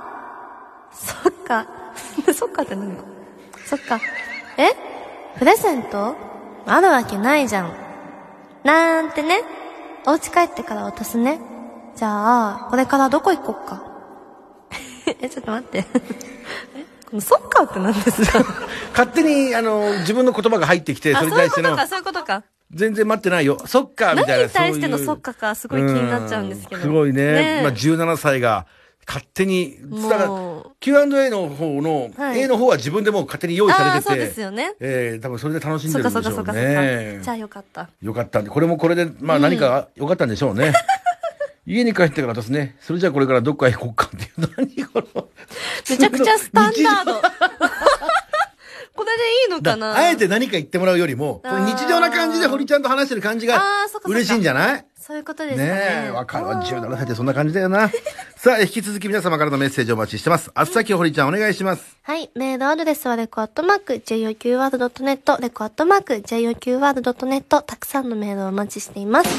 Speaker 2: そっか。 そっかって何そっか。えプレゼントあるわけないじゃん。なんてね。お家帰ってから渡すね。じゃあ、これからどこ行こっか。 え、ちょっと待って。 えこのそっかって何ですか
Speaker 1: 勝手に、あの、自分の言葉が入ってきて、
Speaker 2: あ、
Speaker 1: そ
Speaker 2: そう
Speaker 1: れに
Speaker 2: い
Speaker 1: 対して
Speaker 2: うこと
Speaker 1: の、
Speaker 2: か、そういうことか。
Speaker 1: 全然待ってないよ。そっか、みたい
Speaker 2: 何
Speaker 1: な。
Speaker 2: に対して
Speaker 1: そ
Speaker 2: の
Speaker 1: ういう
Speaker 2: そっかか、すごい気になっちゃうんですけど。
Speaker 1: すごいね。
Speaker 2: え
Speaker 1: まあ、17歳が勝手に、
Speaker 2: もう
Speaker 1: だから、Q&A の方の、
Speaker 2: はい
Speaker 1: A の方は自分でもう勝手に用意さ
Speaker 2: あ
Speaker 1: れ
Speaker 2: あ、
Speaker 1: てて。
Speaker 2: そうですよね。
Speaker 1: えー、多分それで楽しん
Speaker 2: そ
Speaker 1: で
Speaker 2: っ
Speaker 1: る
Speaker 2: か
Speaker 1: んで
Speaker 2: そっ
Speaker 1: しょ
Speaker 2: かそっ
Speaker 1: う
Speaker 2: かそっか。
Speaker 1: ね
Speaker 2: じゃ。あよかった。
Speaker 1: よかったんで、これもこれで、まあ何か良かったんでしょうね。 家に帰ってからですね、それじゃあこれからどっかへ行こうかっていう、何この。
Speaker 2: めちゃくちゃスタンダ ード。これでいいのか
Speaker 1: だ
Speaker 2: な
Speaker 1: あえて何か言ってもらうよりも、こ
Speaker 2: あ
Speaker 1: れ
Speaker 2: ー
Speaker 1: 日常な感じで堀ちゃんと話してる感じが
Speaker 2: あーそっかそっか
Speaker 1: 嬉しいんじゃない
Speaker 2: そういうことですかね。
Speaker 1: ねえ、若いわ、
Speaker 2: あー
Speaker 1: 17歳ってそんな感じだよな。 さあ、引き続き皆様からのメッセージをお待ちしてます。あっさき堀ちゃんお願いします。
Speaker 2: はい。メールアドレスはレコアットマーク、JOQR.net、レコアットマーク、JOQR.net、たくさんのメールをお待ちしています。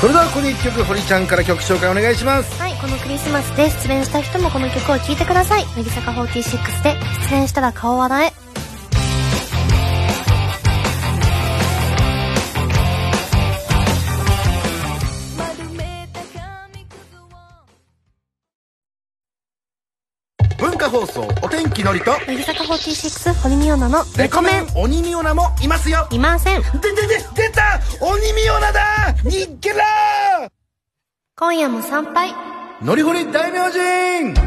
Speaker 1: それではここで一曲堀ちゃんから曲紹介お願いします。
Speaker 2: はい、このクリスマスで失恋した人もこの曲を聴いてください。乃木坂46で、失恋したら顔笑え。
Speaker 1: 文化放送、お天気のりと、
Speaker 2: 乃木坂46、堀美央奈の、
Speaker 1: レコメン、鬼ミオナもいますよ
Speaker 2: いません。
Speaker 1: で、で、で、出た鬼ミオナだニッケラー
Speaker 2: 今夜も参拝。
Speaker 1: のりほり大名人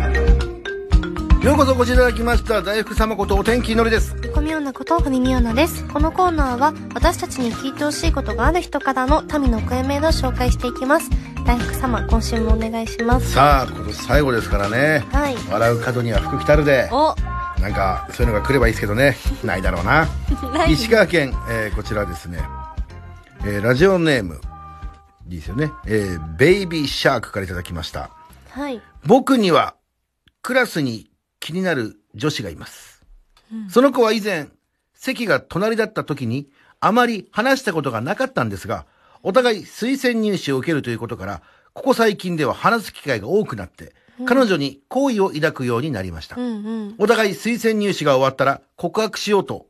Speaker 1: ようこそお越しいただきました大福様ことお天気のりです
Speaker 2: 込みようなことを堀美央奈ですこのコーナーは私たちに聞いてほしいことがある人からの民の声メールを紹介していきます大福様今週もお願いします
Speaker 1: さあ今年最後ですからね
Speaker 2: はい
Speaker 1: 笑う角には福来たるで
Speaker 2: お
Speaker 1: なんかそういうのが来ればいいですけど ねないだろうな
Speaker 2: ない
Speaker 1: 石川県、えーこちらですね、えーラジオネームいいですよね、えーベイビーシャークからいただきました
Speaker 2: はい
Speaker 1: 僕にはクラスに気になる女子がいます。その子は以前、席が隣だった時にあまり話したことがなかったんですが、お互い推薦入試を受けるということから、ここ最近では話す機会が多くなって、彼女に好意を抱くようになりました
Speaker 2: う。んうん
Speaker 1: お互い推薦入試が終わったら告白しようと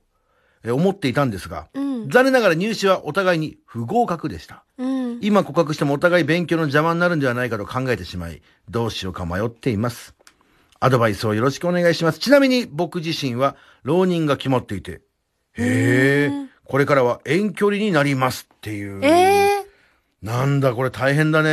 Speaker 1: え思っていたんですが、
Speaker 2: うん
Speaker 1: 残念ながら入試はお互いに不合格でした。
Speaker 2: うん
Speaker 1: 今告白してもお互い勉強の邪魔になるんではないかと考えてしまい、どうしようか迷っています。アドバイスをよろしくお願いします。ちなみに僕自身は浪人が決まっていて、へえ、これからは遠距離になりますっていう。
Speaker 2: ええ
Speaker 1: なんだこれ大変だね。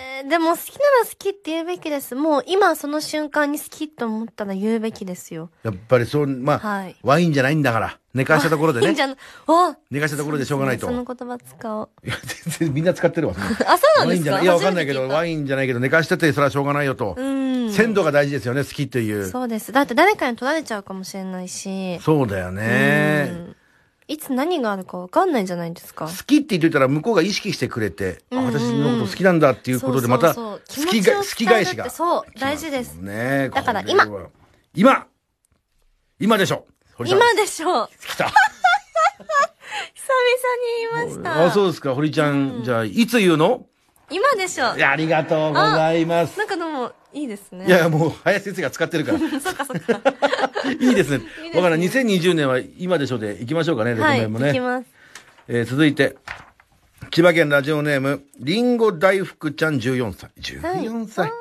Speaker 2: えーでも好きなら好きって言うべきですもう今その瞬間に好きと思ったら言うべきですよ
Speaker 1: やっぱりそう、まあ、
Speaker 2: はい
Speaker 1: ワインじゃないんだから、寝かしたところで
Speaker 2: いいん
Speaker 1: ね
Speaker 2: じ。ゃなお
Speaker 1: 寝かしたところでしょうがないと。
Speaker 2: そ
Speaker 1: い
Speaker 2: の言葉使おう
Speaker 1: や、全然みんな使ってるわ。
Speaker 2: あそうなん
Speaker 1: ワイン
Speaker 2: です
Speaker 1: じゃな
Speaker 2: か
Speaker 1: い。いや、わかんないけど、
Speaker 2: 初めて聞
Speaker 1: ワインじゃないけど、寝かしてて、それはしょうがないよと。
Speaker 2: うん
Speaker 1: 鮮度が大事ですよね、好きという。
Speaker 2: いたそうですだって誰かに取られちゃうかもしれないし
Speaker 1: そうだよね。
Speaker 2: うんいつ何があるか分かんないじゃないですか。
Speaker 1: 好きって言ってたら向こうが意識してくれて、あ
Speaker 2: うんうん
Speaker 1: 私のこと好きなんだっていうことでまた
Speaker 2: そう
Speaker 1: 好
Speaker 2: そうそう
Speaker 1: きが好き返しが
Speaker 2: 気持ちを伝えるってそう大事です
Speaker 1: 来ますもんね
Speaker 2: だから今
Speaker 1: これは今今でしょ堀ちゃん
Speaker 2: 今でしょう
Speaker 1: 来た
Speaker 2: 久々に言いました。
Speaker 1: あそうですか堀ちゃん、じゃあいつ言うの
Speaker 2: 今でしょう
Speaker 1: いやありがとうございます
Speaker 2: なんかでも、いいですね。
Speaker 1: いやもう林先生が使ってるから
Speaker 2: そっかそっか。
Speaker 1: いいですね
Speaker 2: いいですね
Speaker 1: わからない2020年は今でしょで行きましょうかねレコ
Speaker 2: はい、
Speaker 1: メンもね、
Speaker 2: 行きます。
Speaker 1: えー続いて、千葉県ラジオネーム、りんご大福ちゃん14歳。14歳。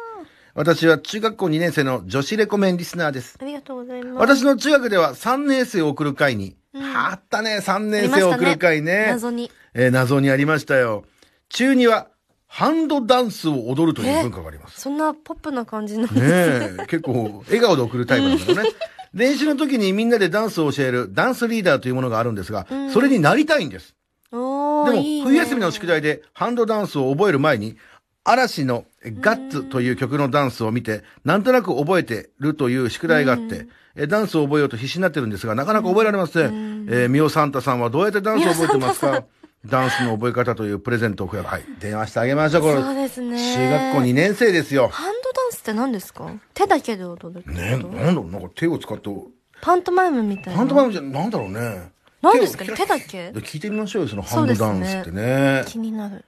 Speaker 1: 私は中学校2年生の女子レコメンリスナーです。
Speaker 2: ありがとうございま
Speaker 1: 私
Speaker 2: す。
Speaker 1: の中学では3年生を送る会に、あったね、3年生を送る会ね。
Speaker 2: ありましたね謎に。
Speaker 1: えー謎にありましたよ。中には、ハンドダンスを踊るという文化があります。
Speaker 2: そんなポップな 感じの。
Speaker 1: ねえ、結構、笑顔で送るタイプなんだよね。練習の時にみんなでダンスを教えるダンスリーダーというものがあるんですが、それになりたいんです。
Speaker 2: お
Speaker 1: で
Speaker 2: ー
Speaker 1: も
Speaker 2: いい、ね
Speaker 1: 冬休みの宿題でハンドダンスを覚える前に、嵐のえガッツという曲のダンスを見て、なんとなく覚えてるという宿題があって、えダンスを覚えようと必死になってるんですが、なかなか覚えられません。えー、ミオサンタさんはどうやってダンスを覚えてますかダンスの覚え方というプレゼントをくれはい。電話してあげましょう、これ。
Speaker 2: そうですね
Speaker 1: 中学校2年生ですよ。
Speaker 2: ハンドダンスって何ですか手だけで踊るってこと、
Speaker 1: ねなんだろうなんか手を使って、
Speaker 2: パントマイムみたいな。
Speaker 1: ハンドマイムじゃ、なんだろうね。
Speaker 2: 何ですか
Speaker 1: 手を
Speaker 2: 手だけ
Speaker 1: で聞いてみましょうよ、そのハンドダンスってね。
Speaker 2: 気になる。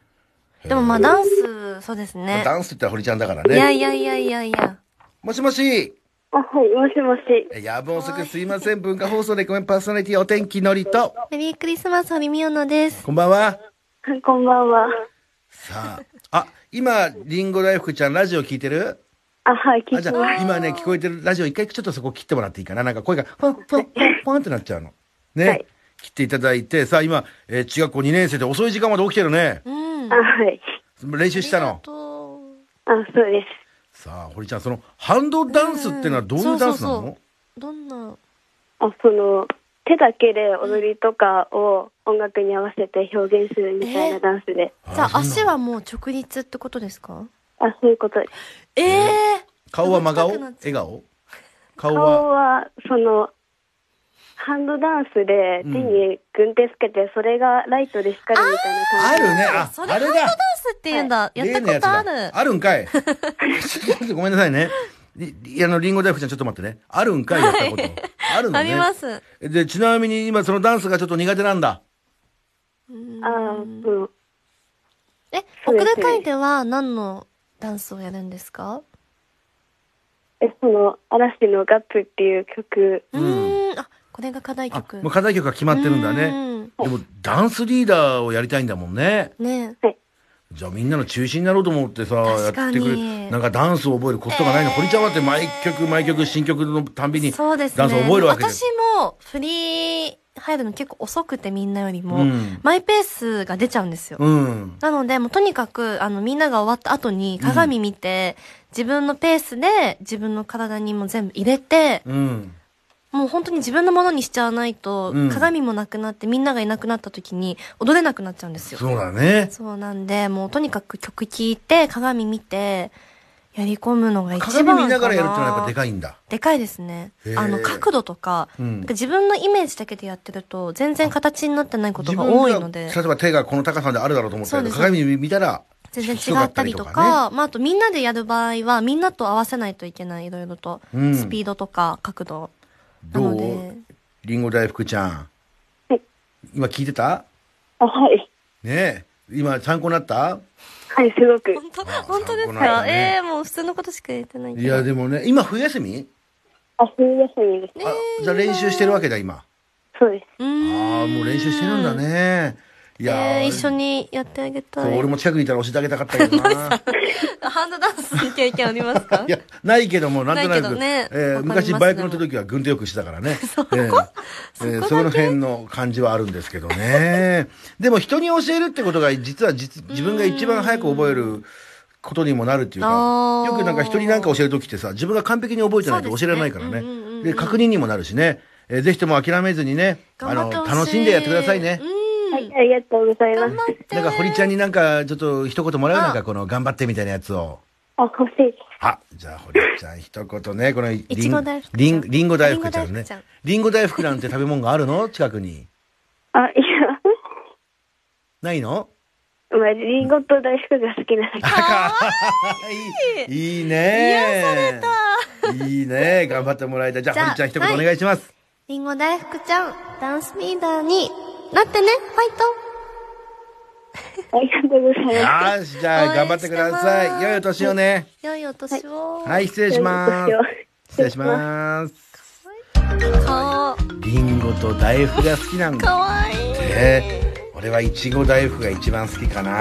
Speaker 2: でもまあダンス、そうですね。
Speaker 1: ダンスって言ったら堀ちゃんだから
Speaker 2: いや
Speaker 1: ね。
Speaker 2: いやいやいやいや。
Speaker 1: もしもし
Speaker 7: あ、はい、もしもし。
Speaker 1: えやぶ遅くすいません。文化放送レコメンパーソナリティお天気のりと、
Speaker 2: メリークリスマス、堀美央奈です。
Speaker 1: こんばんは。
Speaker 7: こんばんは。
Speaker 1: さあ、あ、今、リンゴ大福ちゃんラジオ聞いてる
Speaker 7: あ、はい、聞
Speaker 1: あ、
Speaker 7: い
Speaker 1: じ
Speaker 7: て
Speaker 1: ゃ
Speaker 7: ま
Speaker 1: あ
Speaker 7: す。
Speaker 1: 今ね、聞こえてるラジオ一回ちょっとそこ切ってもらっていいかななんか声が、ファン、ファン、ファン、ファンってなっちゃうの。ね。
Speaker 7: はい
Speaker 1: 切っていただいて、さあ今、えー中学校2年生で遅い時間まで起きてるね。
Speaker 2: うん。
Speaker 7: あ、はい。
Speaker 1: 練習したの。
Speaker 2: と、
Speaker 7: あ、そうです。
Speaker 1: さあ、堀ちゃん、その、ハンドダンスってのはどういうダンスなの、
Speaker 2: うんそうそうどんな、
Speaker 7: あ、その、手だけで踊りとかを音楽に合わせて表現するみたい
Speaker 2: え
Speaker 7: なダンスで。
Speaker 2: じゃ
Speaker 1: そう
Speaker 2: あ
Speaker 1: なの
Speaker 2: 足はもう直立ってことですか
Speaker 7: あ、そういうことです。
Speaker 2: ええ
Speaker 1: 顔は真顔
Speaker 2: 動きたくなっ
Speaker 1: 笑
Speaker 2: ちゃう
Speaker 1: 顔顔
Speaker 7: 顔
Speaker 1: は、
Speaker 7: は、その、ハンドダンスで手に軍手つけて、それがライトで光るみたいな
Speaker 1: あ
Speaker 7: 感じ。
Speaker 1: るね。あ、
Speaker 2: それ
Speaker 1: あ
Speaker 2: ハン
Speaker 1: れ
Speaker 2: ドダン
Speaker 1: だ。
Speaker 2: スって言うんだ。やった
Speaker 1: 例の
Speaker 2: こ
Speaker 1: やつ
Speaker 2: と
Speaker 1: だ
Speaker 2: ある。
Speaker 1: あるんかい。 ちょっとごめんなさいね。りいや、あの、リンゴ大福ちゃんちょっと待ってね。あるんかい、やったこと。あるのね。
Speaker 2: あります。
Speaker 1: で、ちなみに今そのダンスがちょっと苦手なんだ。
Speaker 7: ああ、うん。
Speaker 2: え、
Speaker 7: そうで
Speaker 2: 奥
Speaker 7: す
Speaker 2: 田会では何のダンスをやるんですか
Speaker 7: え、その、嵐のガッツっていう曲。
Speaker 2: うーん。あ、これが課題
Speaker 1: あ
Speaker 2: 曲。、
Speaker 1: もう課題曲が決まってるんだね。
Speaker 2: ね。
Speaker 1: でも、ダンスリーダーをやりたいんだもんね。
Speaker 2: ね
Speaker 1: じゃあみんなの中心になろうと思ってさ、やっ
Speaker 2: 確か
Speaker 1: て
Speaker 2: に
Speaker 1: くれ、なんかダンスを覚えるコツとかないの、堀ちゃんはって毎曲毎曲新曲のたんびにダ
Speaker 2: そう
Speaker 1: ン
Speaker 2: で
Speaker 1: ス
Speaker 2: す
Speaker 1: を
Speaker 2: ね。
Speaker 1: 覚えるわけで
Speaker 2: 私もフリー入るの結構遅くてみんなよりも、
Speaker 1: うん
Speaker 2: マイペースが出ちゃうんですよ。
Speaker 1: うん。
Speaker 2: なので、もうとにかく、あの、みんなが終わった後に鏡見て、自分のペースで自分の体にも全部入れて、
Speaker 1: うん。
Speaker 2: もう本当に自分のものにしちゃわないと、
Speaker 1: うん
Speaker 2: 鏡もなくなってみんながいなくなった時に踊れなくなっちゃうんですよ。
Speaker 1: そうだね。
Speaker 2: そうなんで、もうとにかく曲聴いて、鏡見て、やり込むのが一番かな。
Speaker 1: 鏡見ながらやるってのはやっぱでかいんだ。
Speaker 2: でかいですね
Speaker 1: へ。ー
Speaker 2: あの、角度とか、
Speaker 1: うん
Speaker 2: なんか自分のイメージだけでやってると、全然形になってないこと
Speaker 1: 自
Speaker 2: が
Speaker 1: 分
Speaker 2: 多いので、
Speaker 1: 例えば手がこの高さまであるだろうと思ったけど、
Speaker 2: そうです
Speaker 1: 鏡見たら、
Speaker 2: 全然違ったりと
Speaker 1: 低か
Speaker 2: か、まあ、あとみんなでやる場合は、みんなと合わせないといけない、いろいろと、
Speaker 1: うん
Speaker 2: スピードとか角度。な
Speaker 1: ど
Speaker 2: の
Speaker 1: う
Speaker 2: で、
Speaker 1: りんご大福ちゃん。
Speaker 7: はい
Speaker 1: 今聞いてた
Speaker 7: あ、はい。
Speaker 1: ねえ。今参考になった
Speaker 7: はい、すごく。
Speaker 2: 本当、
Speaker 1: あ
Speaker 2: 本当で
Speaker 1: 参
Speaker 2: す
Speaker 1: 考にな
Speaker 2: か、
Speaker 1: るね
Speaker 2: ええもう普通のことしか言ってないけ
Speaker 1: い
Speaker 2: ど。
Speaker 1: や、でもね、今冬休み
Speaker 7: あ、冬休みです。
Speaker 1: あじゃあ練習してるわけだ、今。
Speaker 7: そうです。
Speaker 1: あ
Speaker 2: う
Speaker 1: あ
Speaker 2: ーん。
Speaker 1: ー、もう練習してるんだね。いやー
Speaker 2: ええ一緒にやってあげた
Speaker 1: そう
Speaker 2: い
Speaker 1: 俺。も近くにいたら教えてあげたかったけど な。
Speaker 2: ハンドダンスの経験ありますか
Speaker 1: いや、ないけども、なんとな
Speaker 2: ないけ
Speaker 1: く、
Speaker 2: どね
Speaker 1: えー
Speaker 2: わかります
Speaker 1: 昔バイク乗った時は軍手よくしてたから ね。そこ、えーえーその辺の感じはあるんですけどね。でも人に教えるってことが、実は実自分が一番早く覚えることにもなるっていうか、
Speaker 2: あー
Speaker 1: よくなんか人になんか教える時ってさ、自分が完璧に覚えてないと教えられないからね。
Speaker 2: そうですねうんうんうんうん
Speaker 1: で、確認にもなるしね。えーぜひとも諦めずにね、あ
Speaker 2: 頑張
Speaker 1: の、
Speaker 2: ってほしい
Speaker 1: 楽しんでやってくださいね。
Speaker 2: うん。
Speaker 7: はい、ありがとうございま
Speaker 2: 頑。
Speaker 7: す
Speaker 2: 張って。
Speaker 1: なんか、堀ちゃんになんか、ちょっと一言もらう
Speaker 2: あ
Speaker 1: なんか、この、頑張ってみたいなやつを。
Speaker 7: あ、欲しいです。
Speaker 1: あ、じゃあ、堀ちゃん、一言ね、この、い
Speaker 2: いちご大福ちゃん
Speaker 1: りん、りんご大福ちゃん
Speaker 2: りんご
Speaker 1: ね
Speaker 2: 大福ちゃん。
Speaker 1: りんご大福なんて食べ物があるの近くに。
Speaker 7: あ、いや。
Speaker 1: ないの
Speaker 7: まあ、リンゴと大福が好きなだけ。
Speaker 1: いい。いいね。癒された。いいね。頑張ってもらいたい。じゃ
Speaker 2: じゃ
Speaker 1: あ、
Speaker 2: あ
Speaker 1: 堀ちゃん、一言お願いします。
Speaker 2: りんご大福ちゃん、ダンスリーダーになってね、ファイト
Speaker 7: ありがとうございま
Speaker 1: よ
Speaker 7: す。
Speaker 1: し、じゃあ、頑張ってくださ
Speaker 2: 応援してま
Speaker 1: い。良
Speaker 2: す
Speaker 1: いお年をね。
Speaker 2: 良いお年を。
Speaker 1: はい、失礼します。失
Speaker 7: 失
Speaker 1: 礼
Speaker 7: 礼
Speaker 1: し
Speaker 7: し
Speaker 1: ます。
Speaker 2: 顔、
Speaker 1: りんごと大福が好きなんだ。
Speaker 2: かわいい。
Speaker 1: ね俺はいちご大福が一番好きか な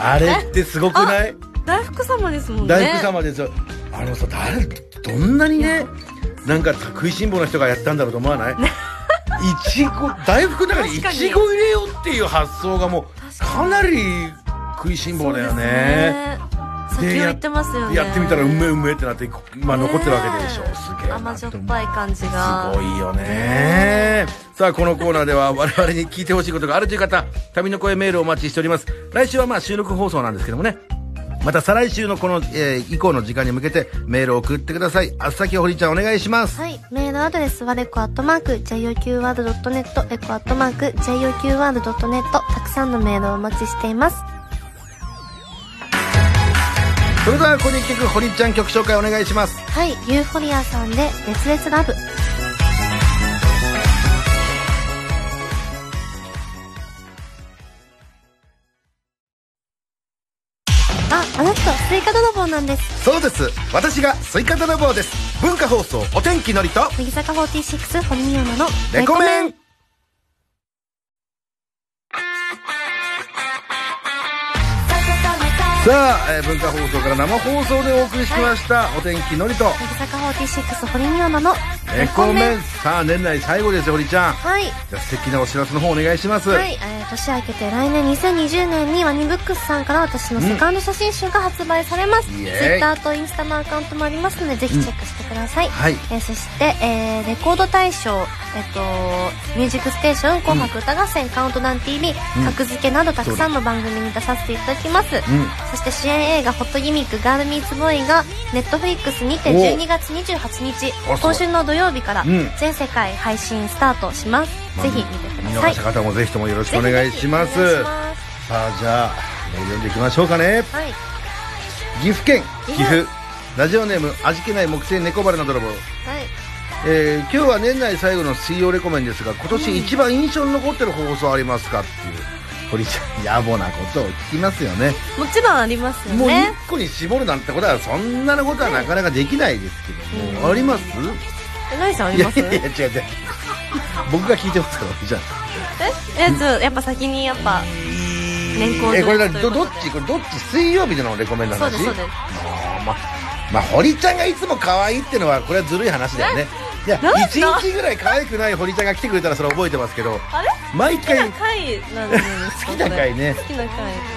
Speaker 1: あれってすごくない
Speaker 2: 大福様ですもんね。
Speaker 1: 大福様ですよあのさ誰どんなにねなんか食いしん坊な人がやったんだろうと思わ ないいちご大福の中にい
Speaker 2: 確かに
Speaker 1: ちご入れようっていう発想がもう
Speaker 2: 確か
Speaker 1: かなり食いしん坊だよね。
Speaker 2: 先を言ってますよね。
Speaker 1: やってみたらうめえうめえってなってこまあ残ってるわけでしょ、
Speaker 2: ねえ
Speaker 1: すげえな
Speaker 2: 甘じょっぱい感じが。
Speaker 1: すごいよね。さあ、このコーナーでは我々に聞いてほしいことがあるという方、旅の声メールをお待ちしております。来週はまあ収録放送なんですけどもね。また再来週のこの、えー以降の時間に向けてメールを送ってください。あっさきほりちゃんお願いします。
Speaker 2: はい。メールアドレスはレコアットマーク、JOQR.net、レコアットマーク、JOQR.net、たくさんのメールをお待ちしています。
Speaker 1: それではここで一曲堀ちゃん曲紹介お願いします
Speaker 3: はい、ユーフォリアさんで熱烈ラブ。あ、あの人、スイカ泥棒なんです。
Speaker 1: そうです私がスイカ泥棒です文化放送お天気のりと
Speaker 3: 乃木坂46堀美央奈の
Speaker 1: レコメンさあ、えー文化放送から生放送でお送りしました、お天気のりと
Speaker 3: 乃木坂46堀美央奈の
Speaker 1: レコメンさあ年内最後ですよ堀ちゃん
Speaker 3: はい。
Speaker 1: じゃあ素敵なお知らせの方お願いします、
Speaker 3: はい、えー年明けて来年2020年にワニブックスさんから私のセカンド写真集が発売されます、
Speaker 1: イエーイ
Speaker 3: Twitter とインスタのアカウントもありますのでぜひチェックしてください、
Speaker 1: はい
Speaker 3: えーそして、えーレコード大賞、えっと「ミュージックステーション紅白歌合戦、カウントダウン TV」格付けなどたくさんの番組に出させていただきます、そして主演映画「ホットギミックガールミーツボーイ」が Netflix にて12月28日
Speaker 1: おそう
Speaker 3: 今週の土曜日から
Speaker 1: うん
Speaker 3: 全世界配信スタートします、ぜひ見て
Speaker 1: 見
Speaker 3: くださ
Speaker 1: 逃
Speaker 3: い
Speaker 1: した方もぜひともよろしくお願いします
Speaker 3: ぜひぜひお願いします
Speaker 1: さあじゃあメール読んでいきましょうかね
Speaker 3: はい。
Speaker 1: 岐阜県
Speaker 3: 岐
Speaker 1: 岐
Speaker 3: 阜
Speaker 1: 阜ラジオネーム味気ない木製猫バレの泥棒
Speaker 3: はい。
Speaker 1: えー今日は年内最後の水曜レコメンですが今年一番印象に残ってる放送ありますかっていう堀ちゃん野暮なことを聞きますよね
Speaker 3: もちろんありますよ
Speaker 1: もう
Speaker 3: ね。
Speaker 1: 1個に絞るなんてことはそんなのことはなかなかできないですけども、あります
Speaker 3: え、なにさんあ
Speaker 1: い
Speaker 3: り
Speaker 1: や
Speaker 3: ま
Speaker 1: い
Speaker 3: す
Speaker 1: やいや違う違う僕が聞いてますから堀ちゃん
Speaker 3: え、え、ちょ、やっぱ先にやっぱ、年功
Speaker 1: え
Speaker 3: 序列
Speaker 1: これだ
Speaker 3: という
Speaker 1: ど
Speaker 3: こ
Speaker 1: ど
Speaker 3: と
Speaker 1: っ
Speaker 3: で
Speaker 1: ちこれどっち水曜日でのレコメンの話
Speaker 3: そうですそうです
Speaker 1: あーままあ堀ちゃんがいつも可愛いってのはこれはずるい話だよねいや
Speaker 3: なん
Speaker 1: 一日ぐらい可愛くない堀ちゃんが来てくれたらそれ覚えてますけど
Speaker 3: あれ
Speaker 1: 毎
Speaker 3: 好き
Speaker 1: 回
Speaker 3: な回なんです
Speaker 1: 好
Speaker 3: か
Speaker 1: きな回ね
Speaker 3: 好きな回。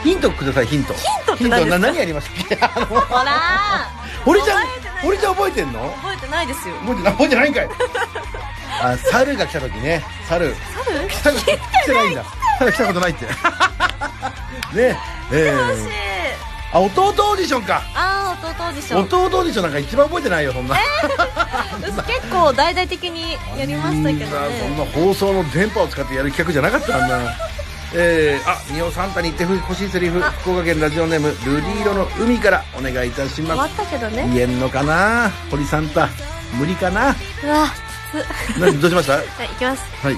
Speaker 1: ヒントくださいヒントヒ
Speaker 3: ントって何ですか
Speaker 1: な何あります かあの
Speaker 3: ほら
Speaker 1: 堀ちゃん
Speaker 3: 覚えてない
Speaker 1: 堀ちゃん覚えてんの
Speaker 3: ー覚えてないですよ。
Speaker 1: 覚えてない覚えてないんかい あ猿が来た時ね猿猿来た来てないんだ猿来たことないって ねえー、
Speaker 3: し
Speaker 1: あ弟オーディションか
Speaker 3: あー、弟オーディション。
Speaker 1: 弟オーディションなんか一番覚えてないよそんな、
Speaker 3: 私結構大々的にやりましたけど
Speaker 1: そん
Speaker 3: ね。
Speaker 1: な放送の電波を使ってやる企画じゃなかったんだえー、あミオサンタに言ってほしいセリフ福岡県ラジオネームルリ色の海からお願いいたし
Speaker 3: 終わ
Speaker 1: ま
Speaker 3: っ
Speaker 1: す
Speaker 3: たけどね。
Speaker 1: 言えんのかな堀サンタ無理かな
Speaker 3: うわ、きつ。
Speaker 1: などうしました
Speaker 3: はい、いきます。
Speaker 1: はい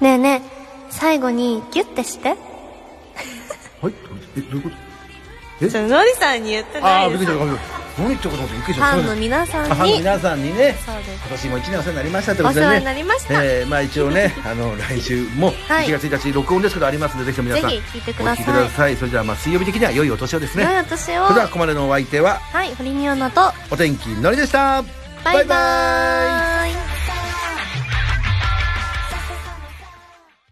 Speaker 3: ねえねえ、最後にギュッてして。
Speaker 1: はいえどういうこと
Speaker 3: ちょ、のりさんに言って
Speaker 1: あ
Speaker 3: な
Speaker 1: あ
Speaker 3: い
Speaker 1: びっ
Speaker 3: で
Speaker 1: くり
Speaker 3: す。
Speaker 1: した
Speaker 3: フ
Speaker 1: ごめんなさい何言ってること思ってびっくりした
Speaker 3: ァンの皆さ
Speaker 1: あファ
Speaker 3: ん
Speaker 1: ンの
Speaker 3: に。
Speaker 1: 皆さんにね
Speaker 3: そうです
Speaker 1: 今年も1年お世話になりましたってことでね
Speaker 3: お世話になりました
Speaker 1: えーまあ一応 ねあの来週も
Speaker 3: はい
Speaker 1: 1月1日録音ですけどありますのでぜひとも皆さん
Speaker 3: ぜひ聞いてください
Speaker 1: お聞きさいそれではまあ水曜日的には良いお年をですね
Speaker 3: 良いお
Speaker 1: そ
Speaker 3: 年
Speaker 1: れでは
Speaker 3: を。
Speaker 1: ここまでのお相手は
Speaker 3: はい、堀美央奈と、
Speaker 1: お天気のりでした
Speaker 3: バイバーイ